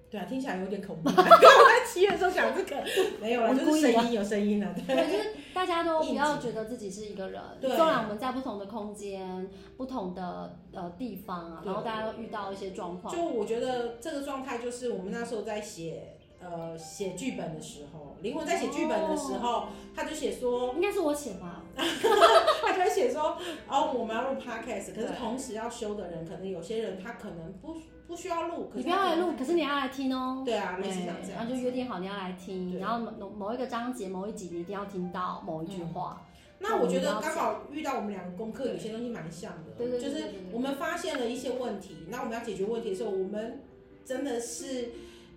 Speaker 1: 对啊，听起来有点恐怖啊。 跟我在七月的时候讲这个，没有了，
Speaker 2: 我
Speaker 1: 就是
Speaker 2: 故意的啊
Speaker 1: 声音有声音了。啊
Speaker 2: 对，就是大 家都不要
Speaker 1: 硬
Speaker 2: 觉得自己是一个人，
Speaker 1: 对
Speaker 2: 虽然我们在不同的空间、不同的呃地方啊，
Speaker 1: 对
Speaker 2: 然后大家都遇到一些状况，
Speaker 1: 就我觉得这个状态就是我们那时候在写呃写剧本的时候，灵魂在写剧本的时候，
Speaker 2: 哦
Speaker 1: 他就写说，
Speaker 2: 应该是我写吧，
Speaker 1: 他就会写说，哦，我们要录 podcast，可是
Speaker 2: 对
Speaker 1: 同时要修的人，可能有些人他可能不不需要录，可
Speaker 2: 你
Speaker 1: 是
Speaker 2: 不要
Speaker 1: 他
Speaker 2: 来
Speaker 1: 可能
Speaker 2: 录，可是你要来听哦。
Speaker 1: 对啊，类似像
Speaker 2: 对，
Speaker 1: 这
Speaker 2: 然
Speaker 1: 样
Speaker 2: 后就约定好你要来听，
Speaker 1: 对
Speaker 2: 然后某某一个章节、某一集你一定要听到某一句
Speaker 1: 嗯
Speaker 2: 话，
Speaker 1: 那我觉得刚好遇到我们两个功课有些东西蛮像的，
Speaker 2: 对对对
Speaker 1: 就
Speaker 2: 对
Speaker 1: 是
Speaker 2: 对对
Speaker 1: 我们发现了一些问题，那我们要解决问题的时候，我们真的是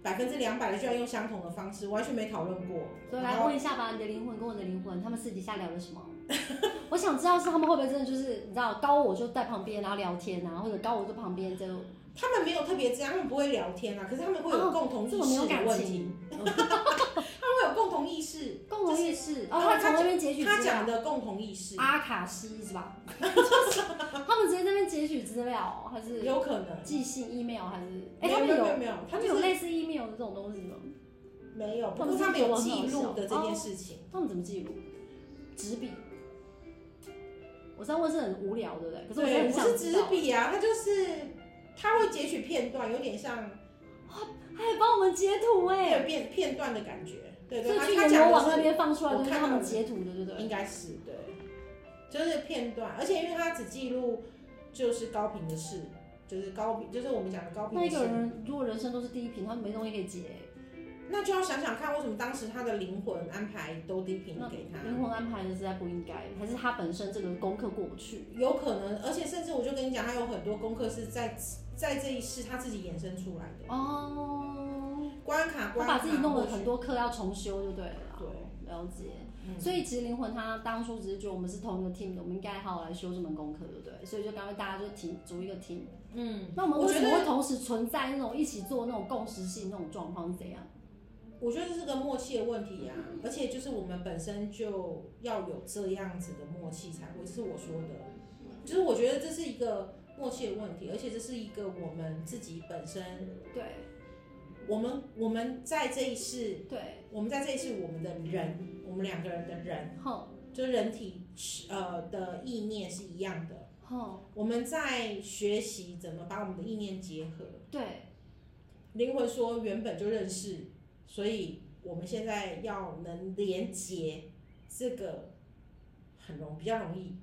Speaker 1: 百分之两百的居然用相同的方式，完全没讨论过。
Speaker 2: 所以
Speaker 1: 然
Speaker 2: 来
Speaker 1: 后
Speaker 2: 问一下吧，你的灵魂跟我的灵魂，他们私底下聊了什么？ 我想知道是他们会不会真的就是你知道高我就在旁边，然后聊天啊，或者高我就旁边就
Speaker 1: 他们没有特别这样，他们不会聊天啊，可是他们会有
Speaker 2: 哦
Speaker 1: 共同
Speaker 2: 这
Speaker 1: 意
Speaker 2: 么没
Speaker 1: 识的
Speaker 2: 有感
Speaker 1: 问题，
Speaker 2: 情，
Speaker 1: 他们会有共同意识，
Speaker 2: 共同意识哦，
Speaker 1: 他
Speaker 2: 他从那边截取
Speaker 1: 他
Speaker 2: 资料
Speaker 1: 讲的共同意识
Speaker 2: 阿卡西是吧？ 就是他们直接在那边截取资料，还是
Speaker 1: 有可能。
Speaker 2: 寄信、email，还是
Speaker 1: 没
Speaker 2: 哎、
Speaker 1: 有
Speaker 2: 他
Speaker 1: 没有
Speaker 2: 们
Speaker 1: 没
Speaker 2: 有
Speaker 1: 有没有，他
Speaker 2: 他们
Speaker 1: 就
Speaker 2: 有
Speaker 1: 是
Speaker 2: 类似 email 的这种东西吗？
Speaker 1: 没有，不
Speaker 2: 他们
Speaker 1: 过
Speaker 2: 是
Speaker 1: 他们有
Speaker 2: 觉得很好
Speaker 1: 记录
Speaker 2: 笑哦
Speaker 1: 的这件事情。
Speaker 2: 他们怎么记录？纸笔。我这样问是很无聊，对不对？可是我真的
Speaker 1: 对，
Speaker 2: 很
Speaker 1: 不
Speaker 2: 想
Speaker 1: 是
Speaker 2: 知
Speaker 1: 纸
Speaker 2: 道。
Speaker 1: 笔啊，他就是他会截取片段，有点像。
Speaker 2: 他还帮我们截图哎、
Speaker 1: 有片片段的感觉，对
Speaker 2: 所
Speaker 1: 对，
Speaker 2: 以
Speaker 1: 他
Speaker 2: 去
Speaker 1: 他
Speaker 2: 研
Speaker 1: 讲
Speaker 2: 究网那
Speaker 1: 的嗯
Speaker 2: 边放出来的
Speaker 1: 我
Speaker 2: 就是
Speaker 1: 看
Speaker 2: 他
Speaker 1: 到
Speaker 2: 们
Speaker 1: 了
Speaker 2: 截图的，对不
Speaker 1: 是应
Speaker 2: 对？
Speaker 1: 该是对，就是片段，而且因为他只记录就是高频的事，就是高频，就是我们讲的高频
Speaker 2: 那
Speaker 1: 的
Speaker 2: 一个
Speaker 1: 事，
Speaker 2: 人如果人生都是第一品，他没东西可以截、
Speaker 1: 那就要想想看为什么当时他的灵魂安排都低频给他，
Speaker 2: 灵魂安排的实在不应该，还是他本身这个功课过不去。
Speaker 1: 有可能，而且甚至我就跟你讲，他有很多功课是在在这一世他自己衍生出来的，
Speaker 2: 哦，
Speaker 1: 关卡
Speaker 2: 我
Speaker 1: 关卡，
Speaker 2: 把自己弄了
Speaker 1: 或许
Speaker 2: 很多课要重修就对了啦。
Speaker 1: 对，
Speaker 2: 了解。
Speaker 1: 嗯
Speaker 2: 所以其实灵魂他当初只是觉得我们是同一个 team 的，我们应该好好来修这门功课，对不对？所以就刚刚大家就挺组一个 team。
Speaker 1: 嗯。
Speaker 2: 那我们
Speaker 1: 我
Speaker 2: 为
Speaker 1: 觉
Speaker 2: 什
Speaker 1: 得
Speaker 2: 么会同时存在那种一起做那种共识性那种状况是怎样？
Speaker 1: 我觉得这是个默契的问题啊，而且就是我们本身就要有这样子的默契才会，这是我说的，就是我觉得这是一个默契的问题，而且这是一个我们自己本身，
Speaker 2: 对
Speaker 1: 我们我们在这一世，
Speaker 2: 对，
Speaker 1: 我们在这一世我们的人，我们两个人的人，
Speaker 2: 哼
Speaker 1: 就是人体呃的意念是一样的，
Speaker 2: 哼，
Speaker 1: 我们在学习怎么把我们的意念结合，
Speaker 2: 对
Speaker 1: 灵魂说原本就认识，所以我们现在要能连接，这个很容比较容易，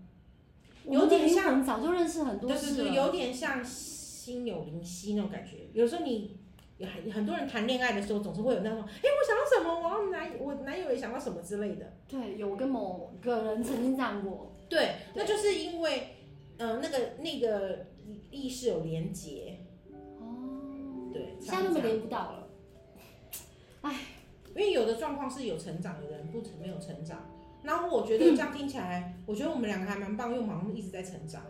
Speaker 2: 有
Speaker 1: 有
Speaker 2: 点
Speaker 1: 点
Speaker 2: 灵
Speaker 1: 像
Speaker 2: 魂早就认识很多
Speaker 1: 对对
Speaker 2: 事啊
Speaker 1: 对，
Speaker 2: 了。
Speaker 1: 有点像心有灵犀那种感觉。有时候你有很很多人谈恋爱的时候，总是会有那种，哎、我想到什么，我要男我男友也想到什么之类的。
Speaker 2: 对，有跟某个人曾经这样过，
Speaker 1: 对，那就是因为，呃，那个那个意识有连接，
Speaker 2: 哦，
Speaker 1: 对，
Speaker 2: 现
Speaker 1: 差
Speaker 2: 在
Speaker 1: 不多
Speaker 2: 根本
Speaker 1: 这样
Speaker 2: 连不到了。
Speaker 1: 因为有的状况是有成长，有的人不止没有成长。然后我觉得 这样听起来，我觉得我们两个还蛮棒，因为我们好像一直在成长。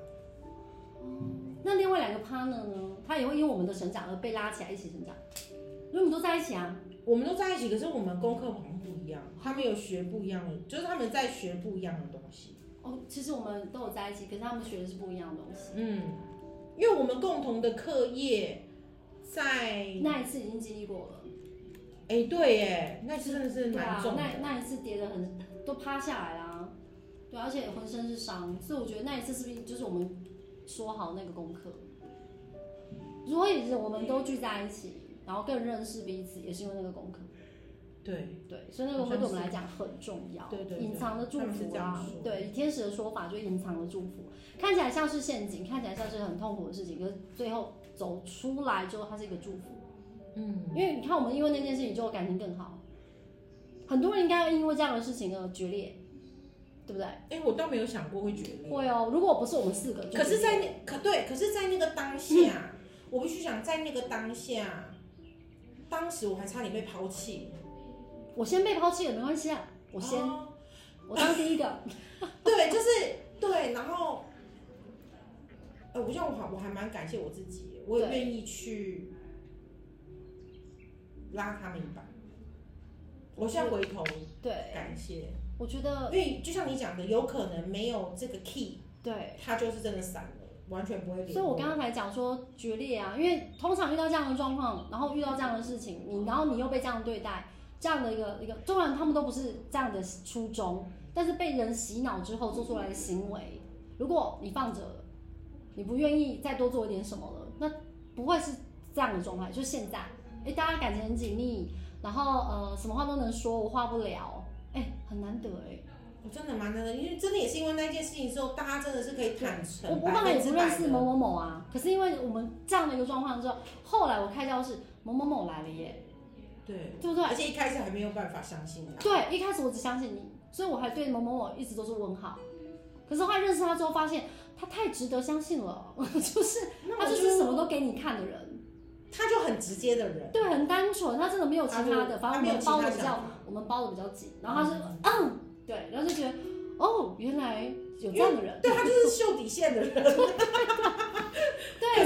Speaker 2: 那另外两个 partner 呢？他也会因为我们的成长而被拉起来一起成长，因为我们都在一起啊。
Speaker 1: 我们都在一起，可是我们功课好像不一样，他们有学不一样的，就是他们在学不一样的东西。
Speaker 2: 哦，其实我们都有在一起，可是他们学的是不一样的东西。
Speaker 1: 嗯，因为我们共同的课业在，
Speaker 2: 那一次已经经历过了，
Speaker 1: 哎，对，哎，那真的是
Speaker 2: 对
Speaker 1: 蛮
Speaker 2: 啊
Speaker 1: 重，的。
Speaker 2: 那那一次跌得很，都趴下来啦、对，而且浑身是伤，所以我觉得那一次是不是就是我们说好那个功课？如果也是我们都聚在一起，然后更认识彼此，也是因为那个功课。
Speaker 1: 对，
Speaker 2: 对，所以那个功课对我们来讲很重要。
Speaker 1: 对对对
Speaker 2: 隐藏的祝
Speaker 1: 他们是
Speaker 2: 福
Speaker 1: 这样
Speaker 2: 啊
Speaker 1: 说，
Speaker 2: 对，以天使的说法就是隐藏的祝福，看起来像是陷阱，看起来像是很痛苦的事情，可是最后走出来之后，它是一个祝福。
Speaker 1: 嗯，
Speaker 2: 因为你看，我们因为那件事情就感情更好，很多人应该因为这样的事情而决裂，对不对？
Speaker 1: 哎，我倒没有想过会决裂。
Speaker 2: 会哦，如果不是我们四个就决裂，
Speaker 1: 可是，在那可对，可是，在那个当下，我必须想，在那个当下，当时我还差点被抛弃。
Speaker 2: 我先被抛弃也没关系啊，我先、
Speaker 1: 哦
Speaker 2: 我当第一个，
Speaker 1: 对，就是对，然后，呃，我像我还我还蛮感谢我自己，我也
Speaker 2: 对
Speaker 1: 愿意去拉他们一把。我现在回头
Speaker 2: 对，呃
Speaker 1: 感谢，
Speaker 2: 我觉得
Speaker 1: 因为就像你讲的，有可能没有这个 key，
Speaker 2: 对。
Speaker 1: 他就是真的散了，完全不会联络。
Speaker 2: 所以我刚刚才讲说决裂啊，因为通常遇到这样的状况，然后遇到这样的事情，你然后你又被这样对待，这样的一个一个，纵然他们都不是这样的初衷，但是被人洗脑之后做出来的行为，如果你放着了，你不愿意再多做一点什么了，那不会是这样的状态。就现在，哎，大家感情很紧密，然后呃，什么话都能说，我话不了，哎，很难得哎。
Speaker 1: 我真的蛮难的，因为真的也是因为那件事情之后，大家真的是可以坦诚，
Speaker 2: 我我
Speaker 1: 百
Speaker 2: 本来也
Speaker 1: 分之
Speaker 2: 不
Speaker 1: 百
Speaker 2: 认识
Speaker 1: 的
Speaker 2: 某某某啊，可是因为我们这样的一个状况之后，后来我开窍是某某某来了耶，
Speaker 1: 对，
Speaker 2: 对不对？
Speaker 1: 而且一开始还没有办法相信啊他，
Speaker 2: 对，一开始我只相信你，所以我还对某某某一直都是问号。可是后来认识他之后，发现他太值得相信了， 就是
Speaker 1: 那
Speaker 2: 他
Speaker 1: 我
Speaker 2: 就是什么都给你看的人，
Speaker 1: 他就很直接的人，
Speaker 2: 对，很单纯，他真的没有其他的，反
Speaker 1: 他
Speaker 2: 正
Speaker 1: 没有
Speaker 2: 我们
Speaker 1: 其
Speaker 2: 包
Speaker 1: 他
Speaker 2: 的比较
Speaker 1: 想，法，
Speaker 2: 我们包的比较紧，然后他是嗯，对，然后就觉得哦，原来有这样的人，
Speaker 1: 对他就是秀底线的人，可是这
Speaker 2: 对，
Speaker 1: 就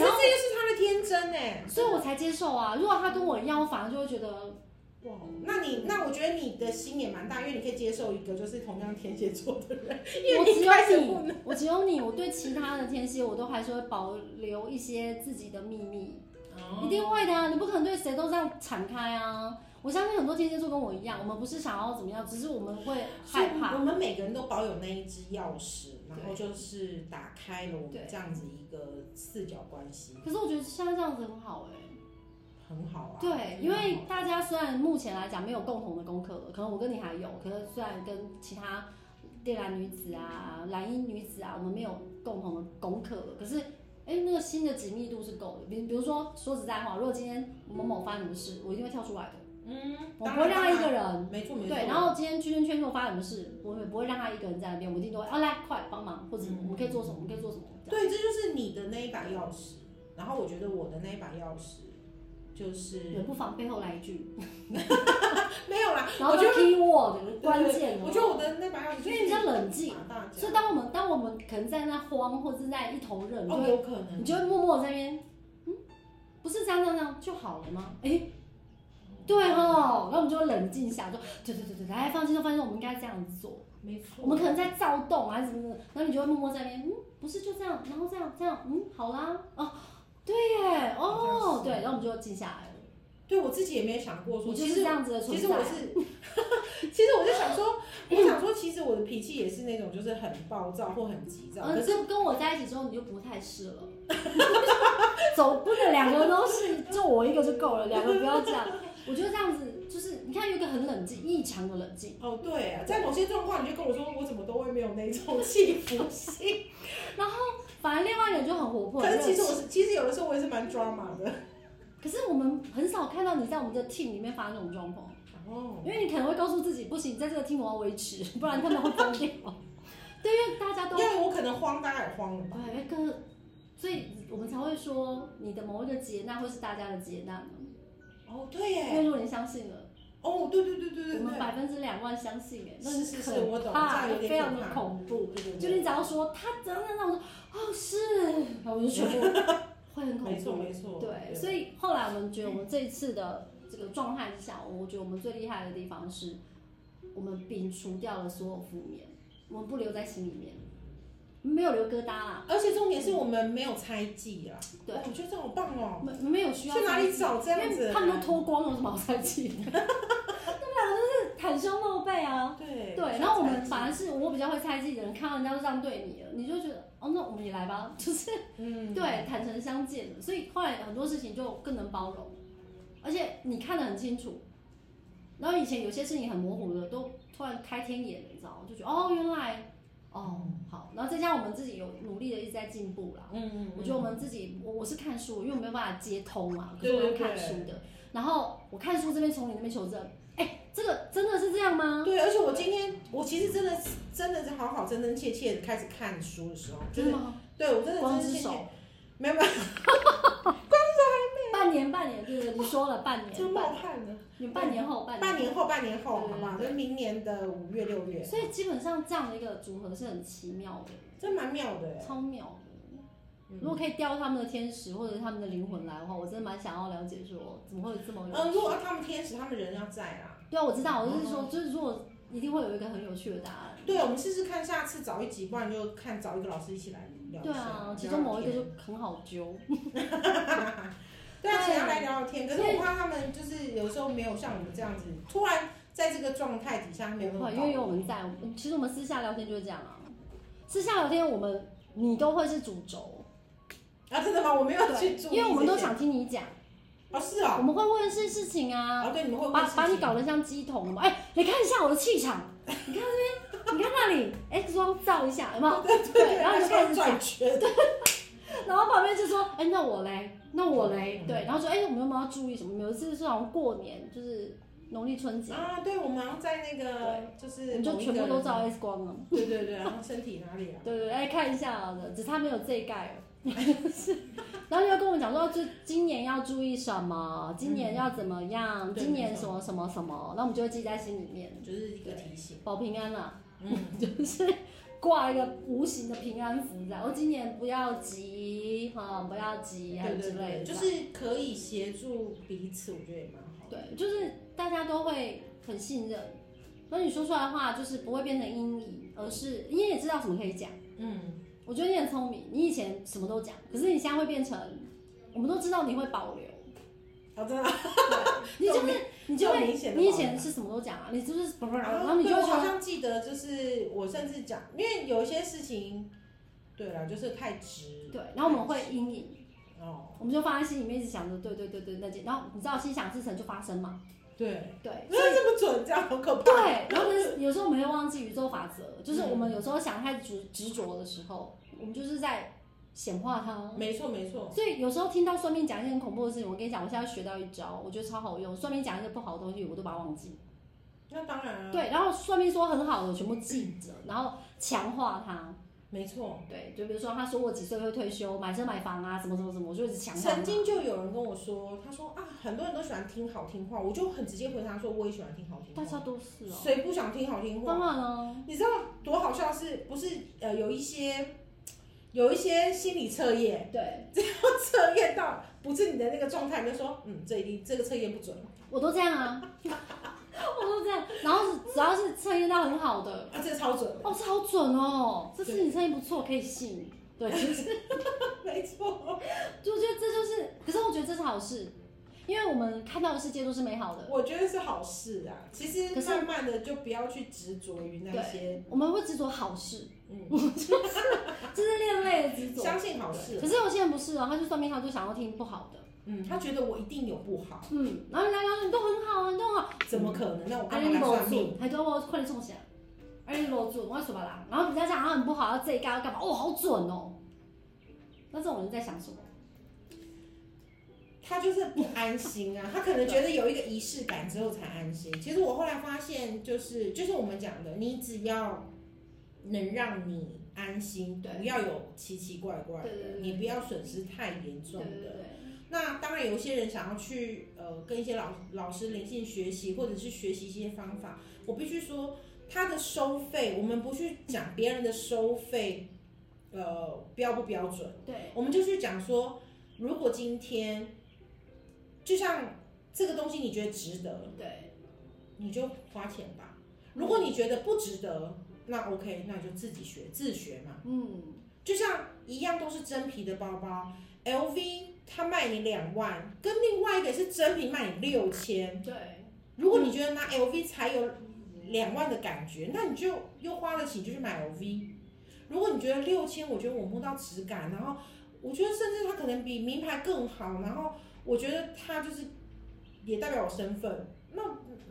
Speaker 2: 然后
Speaker 1: 是他的天真哎，
Speaker 2: 所以我才接受啊。如果他跟我一样，我反而就会觉得
Speaker 1: 哇，那你那我觉得你的心也蛮大，因为你可以接受一个就是同样天蝎座的人，因
Speaker 2: 我
Speaker 1: 为
Speaker 2: 只
Speaker 1: 一开始
Speaker 2: 有
Speaker 1: 不
Speaker 2: 你，我只有你，我对其他的天蝎我都还是会保留一些自己的秘密，
Speaker 1: 哦
Speaker 2: 一定会的啊！你不可能对谁都这样敞开啊！我相信很多天蝎座跟我一样，我们不是想要怎么样，只是我们会
Speaker 1: 所以
Speaker 2: 害怕
Speaker 1: 我。们每个人都保有那一只钥匙，然后
Speaker 2: 对
Speaker 1: 就是打开了我们
Speaker 2: 对
Speaker 1: 这样子一个四角关系，
Speaker 2: 可是我觉得现在这样子很好哎、
Speaker 1: 很好啊。
Speaker 2: 对，
Speaker 1: 真的
Speaker 2: 因为
Speaker 1: 很好
Speaker 2: 大家虽然目前来讲没有共同的功课了，可能我跟你还有，可是虽然跟其他电蓝女子啊、蓝衣女子啊，我们没有共同的功课了，可是。哎，那个心的紧密度是够的。比比如说，说实在话，如果今天某某发生什么事，我一定会跳出来的，
Speaker 1: 嗯，
Speaker 2: 我不会
Speaker 1: 当
Speaker 2: 让他
Speaker 1: 然
Speaker 2: 一个人。
Speaker 1: 没错没错。
Speaker 2: 对，然后今天圈圈圈给我发生什么事，我也不会让他一个人在那边，我一定都会啊来快帮忙，或者
Speaker 1: 嗯
Speaker 2: 我们可以做什么，我们可以做什么。这样
Speaker 1: 对，这就是你的那一把钥匙。然后我觉得我的那一把钥匙就是
Speaker 2: 也不妨背后来一句，
Speaker 1: 没有啦，
Speaker 2: 然后
Speaker 1: 我
Speaker 2: 就
Speaker 1: 觉得
Speaker 2: key word 关
Speaker 1: 对
Speaker 2: 键哦。
Speaker 1: 我觉得我的那把钥匙就是
Speaker 2: 因为比较冷静
Speaker 1: 打大
Speaker 2: 所以
Speaker 1: 家，
Speaker 2: 当我们当我们可能在那慌或者在一头热，你就
Speaker 1: 哦，
Speaker 2: 会、
Speaker 1: 有可能
Speaker 2: 你就会默默在那边，嗯，不是这样这样这样就好了吗？哎、对哦，然后我们就会冷静下，就对对对对，来放心了，放心了，我们应该这样子做。
Speaker 1: 没错。
Speaker 2: 我们可能在躁动啊还是怎么的，然后你就会默默在那边，嗯，不是就这样，然后这样这样，嗯，好啦，哦，对耶，
Speaker 1: 好像
Speaker 2: 哦
Speaker 1: 是，
Speaker 2: 对，然后我们就静下来了。
Speaker 1: 对我自己也没想过
Speaker 2: 你
Speaker 1: 说，
Speaker 2: 就
Speaker 1: 其
Speaker 2: 是
Speaker 1: 实
Speaker 2: 这样子的
Speaker 1: 其
Speaker 2: 存
Speaker 1: 实我
Speaker 2: 在。
Speaker 1: 是， 其实我就想 说，我想说，其实我的脾气也是那种就是很暴躁或很急躁，可
Speaker 2: 嗯，
Speaker 1: 是
Speaker 2: 这跟我在一起之后你就不太是 了，总不能两个都是，就我一个就够了，两个不要这样。 我觉得这样子就是，你看有一个很冷静，异常的冷静，
Speaker 1: 哦对啊，在某些状况你就跟我说，我怎么都会没有那种 起伏性。
Speaker 2: 反而另外一个人就很活泼。
Speaker 1: 可是
Speaker 2: 很
Speaker 1: 其实
Speaker 2: 热
Speaker 1: 我
Speaker 2: 情
Speaker 1: 是，其实有的时候我也是蛮 drama 的。
Speaker 2: 可是我们很少看到你在我们这个 team 里面发生这种状况，
Speaker 1: 哦，
Speaker 2: 因为你可能会告诉自己，不行，在这个 team 我要维持，不然他们会疯掉。 对，因为大家都
Speaker 1: 因为我可能慌，大家也慌了吧。
Speaker 2: 对，跟所以我们才会说你的某一个劫难会是大家的劫难嘛，
Speaker 1: 哦，对
Speaker 2: 因为
Speaker 1: 耶，
Speaker 2: 如果你相信了。
Speaker 1: 哦，对对对对对
Speaker 2: 我们
Speaker 1: 对，
Speaker 2: 百分之两万相信哎，那
Speaker 1: 是是是
Speaker 2: 可
Speaker 1: 我懂
Speaker 2: 怕
Speaker 1: 这样有点
Speaker 2: 非常
Speaker 1: 可
Speaker 2: 的
Speaker 1: 怕
Speaker 2: 恐怖。
Speaker 1: 对对
Speaker 2: 就
Speaker 1: 对，
Speaker 2: 你只要说他真的那我说哦是，然后我就全 部会很
Speaker 1: 没
Speaker 2: 恐
Speaker 1: 错
Speaker 2: 怖。
Speaker 1: 没错，
Speaker 2: 对，所以后来我们觉得我们这一次的这个状态之下，我觉得我们最厉害的地方是，我们摒除掉了所有负面，我们不留在心里面，没有留疙瘩啦，
Speaker 1: 而且重点是我们没有猜忌啊，
Speaker 2: 对
Speaker 1: 哦我觉得这好棒哦，
Speaker 2: 没没有需要
Speaker 1: 去哪
Speaker 2: 生
Speaker 1: 里
Speaker 2: 气
Speaker 1: 找这样
Speaker 2: 因为
Speaker 1: 子？
Speaker 2: 他们都脱光了，有什么好生气 的？他们两个就是袒胸露背啊。
Speaker 1: 对
Speaker 2: 对，然后我们
Speaker 1: 把
Speaker 2: 反而是我比较会猜忌的人，看到人家都这样对你了，你就觉得哦，那我们也来吧， 就是、
Speaker 1: 嗯
Speaker 2: 对坦诚相见的，所以后来很多事情就更能包容，而且你看得很清楚。然后以前有些事情很模糊的，都突然开天眼了，你知道吗？就觉得哦，原来哦，好，然后再加上我们自己有努力的一直在进步啦。
Speaker 1: 嗯嗯
Speaker 2: 我觉得我们自己，我我是看书，因为我没有办法接通嘛，可
Speaker 1: 对
Speaker 2: 是我
Speaker 1: 对
Speaker 2: 用看
Speaker 1: 对
Speaker 2: 书的。然后我看书这边从你那边求证，哎、这个真的是这样吗？
Speaker 1: 对，而且我今天我其实真的是真的是好好真真切切的开始看书的时候，就
Speaker 2: 真的
Speaker 1: 是
Speaker 2: 吗？
Speaker 1: 对我真的
Speaker 2: 嗯光
Speaker 1: 真
Speaker 2: 之
Speaker 1: 真切切
Speaker 2: 手，
Speaker 1: 没有没有
Speaker 2: 半年，半年，对对，你说了半
Speaker 1: 就
Speaker 2: 年，
Speaker 1: 冒
Speaker 2: 半，
Speaker 1: 汗了。
Speaker 2: 你半年后，半
Speaker 1: 半年后，半年后，
Speaker 2: 对
Speaker 1: 好
Speaker 2: 对
Speaker 1: 不好？就是明年的五月六月，
Speaker 2: 所以基本上这样的一个组合是很奇妙的，
Speaker 1: 真蛮妙的欸。
Speaker 2: 超妙的。
Speaker 1: 嗯
Speaker 2: 如果可以雕他们的天使或者他们的灵魂来的话，我真的蛮想要了解说怎么会有这么有
Speaker 1: 嗯，
Speaker 2: 趣
Speaker 1: 如果嗯他们天使，他们人要在啦。
Speaker 2: 对啊，我知道，我就是说，就是如果一定会有一个很有趣的答案。
Speaker 1: 对，我们试试看，下次找一集，不然就看找一个老师一起来聊一下。
Speaker 2: 对啊，其
Speaker 1: 聊
Speaker 2: 中
Speaker 1: 聊
Speaker 2: 某一个
Speaker 1: 天
Speaker 2: 就很好揪。
Speaker 1: 对啊，
Speaker 2: 对
Speaker 1: 想要来聊聊天，可是
Speaker 2: 因为
Speaker 1: 我怕他们就是有时候没有像我们这样子，突然在这个状态底下没有那
Speaker 2: 不
Speaker 1: 么
Speaker 2: 会，
Speaker 1: 高
Speaker 2: 因为有我们在，嗯其实我们私下聊天就是这样啊。私下聊天，我们你都会是主轴，
Speaker 1: 啊，真的吗？我没有去注意这些，
Speaker 2: 因为我们都想听你讲，
Speaker 1: 哦，是哦，
Speaker 2: 我们会问一些事情啊，
Speaker 1: 哦，对，你们会
Speaker 2: 把
Speaker 1: 问事
Speaker 2: 把你
Speaker 1: 情
Speaker 2: 搞得像鸡桶嘛。哎、你看一下我的气场，你看这边，你看那里，哎、妆照一下，有没有？
Speaker 1: 哦对对对，
Speaker 2: 然后你就开始
Speaker 1: 转圈，对，
Speaker 2: 然后旁边就说，哎、那我嘞，那我
Speaker 1: 嗯
Speaker 2: 嘞，对，然后说，哎、我们有没有要注意什么？有一次是好像过年，就是农历春节，
Speaker 1: 啊，对，我们好像在那个就
Speaker 2: 我
Speaker 1: 是
Speaker 2: 们就
Speaker 1: 某一
Speaker 2: 全
Speaker 1: 个
Speaker 2: 部都
Speaker 1: 人
Speaker 2: 照 X 光了。
Speaker 1: 对对对，然后身体哪里啊？
Speaker 2: 对对，对哎，看一下好了，只差没有这一盖了。 然后就跟我讲说，哦就今年要注意什么，今年要怎么样，
Speaker 1: 嗯对
Speaker 2: 今年
Speaker 1: 没
Speaker 2: 什
Speaker 1: 错
Speaker 2: 么什么什么，那我们就会记在心里面，
Speaker 1: 就是一个提醒，
Speaker 2: 保平安啦，
Speaker 1: 嗯，
Speaker 2: 就是挂一个无形的平安符在。我、今年不要急哈、不要急啊
Speaker 1: 对
Speaker 2: 之
Speaker 1: 对
Speaker 2: 类
Speaker 1: 对，
Speaker 2: 的，
Speaker 1: 就是可以协助彼此，我觉得也蛮好的。
Speaker 2: 对，就是大家都会很信任。那你说出来的话，就是不会变成阴影，而是你也知道什么可以讲。
Speaker 1: 嗯，
Speaker 2: 我觉得你很聪明，你以前什么都讲，可是你现在会变成，我们都知道你会保留，
Speaker 1: 好真的，
Speaker 2: 你就是你就
Speaker 1: 这种
Speaker 2: 会
Speaker 1: 明显，的
Speaker 2: 你以
Speaker 1: 保留
Speaker 2: 前是什么都讲啊，你就是，然后
Speaker 1: 啊
Speaker 2: 你就
Speaker 1: 对
Speaker 2: 会
Speaker 1: 我好
Speaker 2: 觉得
Speaker 1: 像记得，就是我甚至讲，因为有一些事情，对啦，就是太直
Speaker 2: 对，然后我们会阴影，
Speaker 1: 哦，
Speaker 2: 我们就放在心里面，一直想着对对对对那件，然后你知道心想事成就发生嘛，
Speaker 1: 对，
Speaker 2: 对，
Speaker 1: 因为这么准，这样好可怕。
Speaker 2: 对，然后可是有时候我们会忘记宇宙法则，就是我们有时候想太执执着的时候，我们就是在显化它。哦
Speaker 1: 没错没错，
Speaker 2: 所以有时候听到算命讲一些很恐怖的事情，我跟你讲，我现在学到一招，我觉得超好用。算命讲一些不好的东西，我都把它忘记。
Speaker 1: 那当然啊，
Speaker 2: 对，然后算命说很好的，我全部记着，然后强化它。
Speaker 1: 没错。
Speaker 2: 对，就比如说他说我几岁会退休，买车买房啊，什么什么什么，我就一直强化它。
Speaker 1: 曾经就有人跟我说，他说啊，很多人都喜欢听好听话，我就很直接回答说，我也喜欢听好听
Speaker 2: 大
Speaker 1: 话，
Speaker 2: 家都是哦，
Speaker 1: 谁不想听好听话
Speaker 2: 当？然哦，
Speaker 1: 你知道多好笑是不是？呃，有一些有一些心理测验，
Speaker 2: 对
Speaker 1: 测验到不是你的那个状态，你就说嗯，这一定这个测验不准
Speaker 2: 我都这样 啊，我都这样。然后只要是测验到很好的，
Speaker 1: 啊，这个超准，
Speaker 2: 哦，这好准哦，这事情测验不错，可以信。对， 就是
Speaker 1: 没错。
Speaker 2: 就觉得这就是，可是我觉得这是好事，因为我们看到的世界都是美好的。
Speaker 1: 我觉得是好事啊。其实
Speaker 2: 可是
Speaker 1: 慢慢的就不要去执着于那些，
Speaker 2: 我们会执着好事，
Speaker 1: 嗯，
Speaker 2: 这是另类的执着。
Speaker 1: 相信好事
Speaker 2: 可。是有些人不是哦，他就算命，他就想要听不好的。
Speaker 1: 嗯，他觉得我一定有不好，
Speaker 2: 嗯，然后人家聊说你都很好啊，你都很好，
Speaker 1: 怎么可能？那我
Speaker 2: 啊
Speaker 1: 干
Speaker 2: 你
Speaker 1: 嘛来
Speaker 2: 裸
Speaker 1: 算命？
Speaker 2: 住，还叫我快点冲起来，啊你裸住，我要什么啦？然后人家讲他很不好，要这一盖要干嘛？哦，好准哦。那这种人在想什么？
Speaker 1: 他就是不安心 啊，他可能觉得有一个仪式感之后才安心。其实我后来发现，就是就是我们讲的，你只要能让你安心，
Speaker 2: 对
Speaker 1: 不要有奇奇怪怪
Speaker 2: 对对
Speaker 1: 的，
Speaker 2: 对
Speaker 1: 你不要损失太严
Speaker 2: 对
Speaker 1: 重
Speaker 2: 对
Speaker 1: 的。
Speaker 2: 对，
Speaker 1: 那当然，有一些人想要去呃跟一些老老师灵性学习，或者是学习一些方法，我必须说，他的收费，我们不去讲别人的收费，呃标不标准。
Speaker 2: 对
Speaker 1: 我们就去讲说，如果今天就像这个东西你觉得值得，
Speaker 2: 对
Speaker 1: 你就花钱吧；如果你觉得不值得，那 OK，那你就自己学自学嘛。
Speaker 2: 嗯，
Speaker 1: 就像一样都是真皮的包包，LV 它卖你两万，跟另外一个是真皮卖你六千。
Speaker 2: 对
Speaker 1: 如果你觉得拿 LV 才有两万的感觉，那你就又花得起，就去买 LV。如果你觉得六千，我觉得我摸到质感，然后我觉得甚至它可能比名牌更好，然后我觉得它就是也代表我身份，那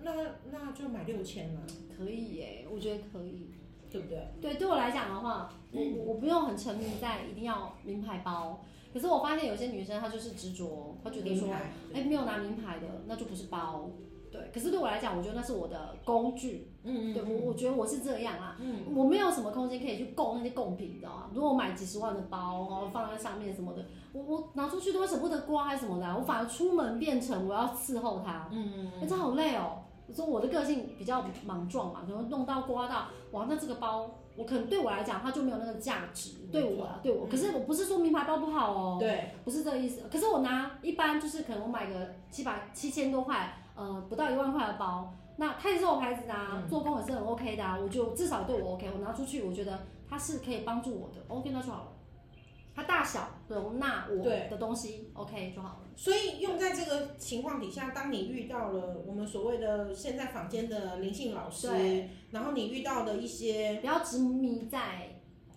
Speaker 1: 那那就买六千了。啊
Speaker 2: 可以耶，我觉得可以。
Speaker 1: 对不对？
Speaker 2: 对，对我来讲的话，我我不用很沉迷在一定要名牌包。可是我发现有些女生她就是执着，她觉得说
Speaker 1: 名，牌
Speaker 2: 哎、没有拿名牌的那就不是包。对，可是对我来讲，我觉得那是我的工具。
Speaker 1: 嗯
Speaker 2: 对我，我觉得我是这样啦。啊
Speaker 1: 嗯
Speaker 2: 我没有什么空间可以去供那些贡品，你知道吗？如果我买几十万的包，然后放在上面什么的，我我拿出去都会舍不得刮还是什么的啊、我反而出门变成我要伺候它。
Speaker 1: 嗯
Speaker 2: 那、这好累哦。我说我的个性比较莽撞嘛，可能弄到刮到，哇，那这个包我可能对我来讲它就没有那个价值，对我啊，对我。
Speaker 1: 嗯
Speaker 2: 可是我不是说名牌包不好哦，
Speaker 1: 对，
Speaker 2: 不是这个意思。可是我拿一般就是可能我买个七百七千多块，呃，不到一万块的包，那它也是我牌子的啊，
Speaker 1: 嗯
Speaker 2: 做工也是很 OK 的啊，我就至少对我 OK，我拿出去我觉得它是可以帮助我的，OK 那就好了。它大小容纳我
Speaker 1: 对
Speaker 2: 的东西，OK 就好了。
Speaker 1: 所以用在这个情况底下，当你遇到了我们所谓的现在坊间的灵性老师，
Speaker 2: 对，
Speaker 1: 然后你遇到的一些
Speaker 2: 不要执迷在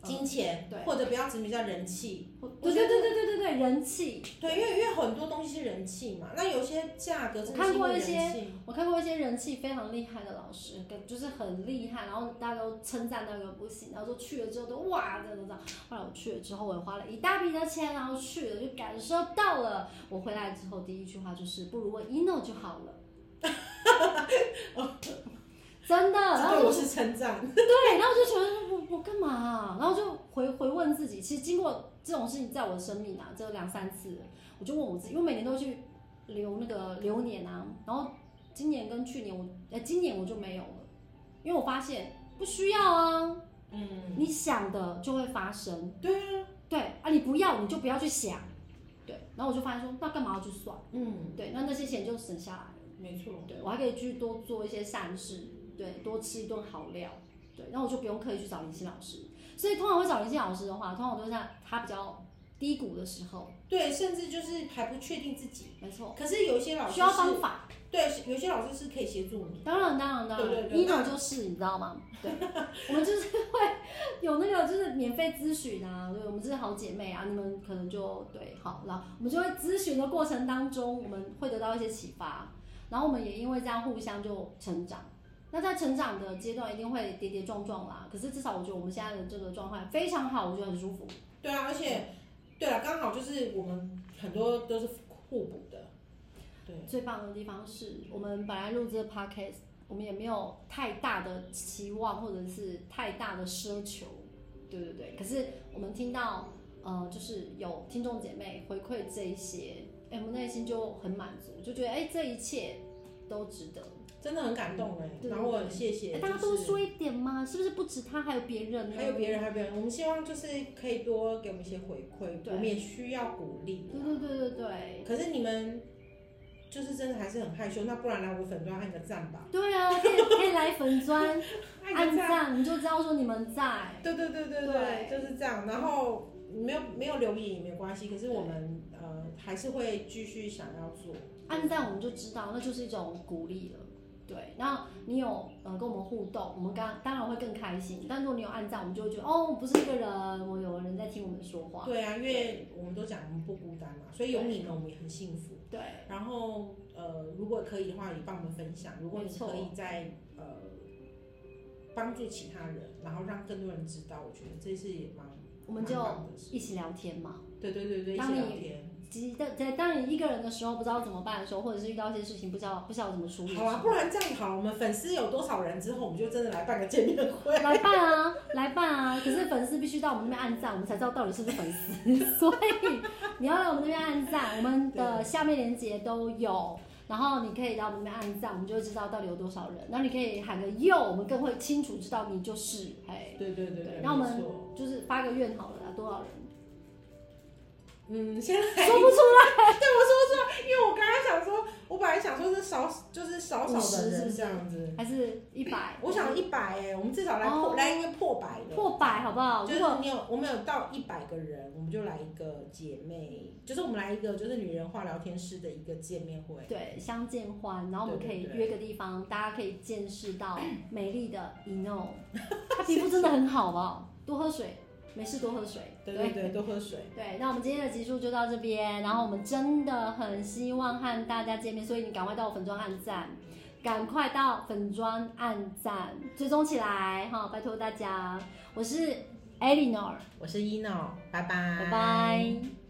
Speaker 2: 呃
Speaker 1: 金钱，
Speaker 2: 对
Speaker 1: 或者不要执迷在人气，
Speaker 2: 我
Speaker 1: 我
Speaker 2: 对
Speaker 1: 觉得
Speaker 2: 对对对对对对，人气。
Speaker 1: 对，因为因为很多东西是人气嘛，那有些价格真的是
Speaker 2: 看
Speaker 1: 因
Speaker 2: 过
Speaker 1: 为
Speaker 2: 一
Speaker 1: 人
Speaker 2: 些嗯
Speaker 1: 气，
Speaker 2: 我看过一些人气非常厉害的老师，跟就是很厉害，然后大家都称赞那个不行，然后说去了之后都哇，这样这样。后来我去了之后，我也花了一大笔的钱，然后去了就感受到了。我回来之后第一句话就是，不如问 ino 就好了。 真的，然
Speaker 1: 这
Speaker 2: 后
Speaker 1: 对
Speaker 2: 就
Speaker 1: 我是称赞，
Speaker 2: 对，然后就觉得我我干嘛啊、然后就回回问自己，其实经过这种事情在我的生命啊，只有两三次，我就问我自己，因为每年都去留那个流年啊，然后今年跟去年我，呃，今年我就没有了，因为我发现不需要啊，
Speaker 1: 嗯，
Speaker 2: 你想的就会发生，
Speaker 1: 对啊，
Speaker 2: 对啊，你不要你就不要去想，对，然后我就发现说，那干嘛要去算？
Speaker 1: 嗯，
Speaker 2: 对，那那些钱就省下来了。
Speaker 1: 没错，
Speaker 2: 对我还可以去多做一些善事，对，多吃一顿好料，对，那我就不用刻意去找林夕老师。所以通常会找林夕老师的话，通常都是在他比较低谷的时候，
Speaker 1: 对，甚至就是还不确定自己，
Speaker 2: 没错，
Speaker 1: 可是有些老师
Speaker 2: 需要
Speaker 1: 是，
Speaker 2: 方法。
Speaker 1: 对，有些老师是可以协助你，
Speaker 2: 当然，当然，当
Speaker 1: 对对
Speaker 2: 然，
Speaker 1: 对
Speaker 2: 一种
Speaker 1: 那
Speaker 2: 就是你知 道吗？对，我们就是会有那个就是免费咨询啊，对，我们是好姐妹啊，你们可能就对好，然后我们就会咨询的过程当中，我们会得到一些启发，然后我们也因为这样互相就成长。那在成长的阶段一定会跌跌撞撞啦，可是至少我觉得我们现在的这个状态非常好，我觉得很舒服。
Speaker 1: 对啊，而且，对啊，刚好就是我们很多都是互补的，对，
Speaker 2: 最棒的地方是我们本来录这个 podcast，我们也没有太大的期望或者是太大的奢求，对对对。可是我们听到呃，就是有听众姐妹回馈这一些，哎、我们内心就很满足，就觉得哎、这一切都值得。
Speaker 1: 真的很感动哎、
Speaker 2: 对
Speaker 1: 然后我很谢谢，
Speaker 2: 哎大家
Speaker 1: 就
Speaker 2: 多
Speaker 1: 是
Speaker 2: 说一点嘛，是不是不止他，还有别人呢？
Speaker 1: 还有别人，还有别人，我们希望就是可以多给我们一些回馈，
Speaker 2: 对
Speaker 1: 我们也需要鼓励。
Speaker 2: 对对对对对。
Speaker 1: 可是你们就是真的还是很害羞，那不然来我粉专按个赞吧，
Speaker 2: 对啊，可以可以来粉 砖
Speaker 1: 按
Speaker 2: 按
Speaker 1: 个赞。
Speaker 2: 赞，你就知道说你们在。
Speaker 1: 对对对对对，
Speaker 2: 对
Speaker 1: 就是这样。然后没有没有留言也没关系，可是我们呃还是会继续想要做。
Speaker 2: 按啊赞我们就知道，那就是一种鼓励了。对，那你有呃跟我们互动，我们刚当然会更开心。但如果你有按赞，我们就会觉得哦，我不是一个人，我有人在听我们说话。
Speaker 1: 对啊，因为我们都讲我们不孤单嘛，所以有你们我们也很幸福。
Speaker 2: 对，
Speaker 1: 然后呃，如果可以的话，也帮我们分享。如果你
Speaker 2: 没错
Speaker 1: 可以在呃帮助其他人，然后让更多人知道，我觉得这是也蛮
Speaker 2: 我们就
Speaker 1: 蛮棒的事
Speaker 2: 一起聊天嘛。
Speaker 1: 对对对对，一起
Speaker 2: 当你
Speaker 1: 聊天。
Speaker 2: 其实在在当你一个人的时候，不知道怎么办的时候，或者是遇到一些事情不知道不知道怎么处理的时
Speaker 1: 好啊，
Speaker 2: 候，
Speaker 1: 不然这样好了，我们粉丝有多少人之后，我们就真的来办个见面会。
Speaker 2: 来办啊，来办啊！可是粉丝必须到我们那边按赞，我们才知道到底是不是粉丝。所以你要来我们那边按赞，我们的下面链接都有。然后你可以来我们那边按赞，我们就会知道到底有多少人。然后你可以喊个哟，我们更会清楚知道你就是哎，
Speaker 1: 对对对
Speaker 2: 对
Speaker 1: 对，
Speaker 2: 那我们
Speaker 1: 没错
Speaker 2: 就是发个愿好了啦，多少人？
Speaker 1: 嗯，先来，
Speaker 2: 说不出来，
Speaker 1: 对我说出来，因为我刚刚想说，我本来想说是少，就是少少的
Speaker 2: 50是不
Speaker 1: 人
Speaker 2: 是
Speaker 1: 这样子。
Speaker 2: 还是一百？
Speaker 1: 我想一百哎，我们至少来破，
Speaker 2: 哦
Speaker 1: 来一个破百的。
Speaker 2: 破百好不 好？
Speaker 1: 就
Speaker 2: 如
Speaker 1: 是
Speaker 2: 果
Speaker 1: 你有我们有到一百个人，我们就来一个姐妹，就是我们来一个就是女人话聊天室的一个见面会。
Speaker 2: 对相见欢，然后我们
Speaker 1: 对
Speaker 2: 可
Speaker 1: 对
Speaker 2: 以
Speaker 1: 对
Speaker 2: 约个地方，大家可以见识到美丽的 Eno，她皮肤真的很好，好不好？多喝水，没事多喝水。
Speaker 1: 对对对，多喝水。
Speaker 2: 对，那我们今天的集数就到这边，然后我们真的很希望和大家见面，所以你赶快到我粉妆按赞。赶快到粉砖按赞追踪起来哈，拜托大家。我是 Eleanor，
Speaker 1: 我是 Eno，拜拜，
Speaker 2: 拜拜。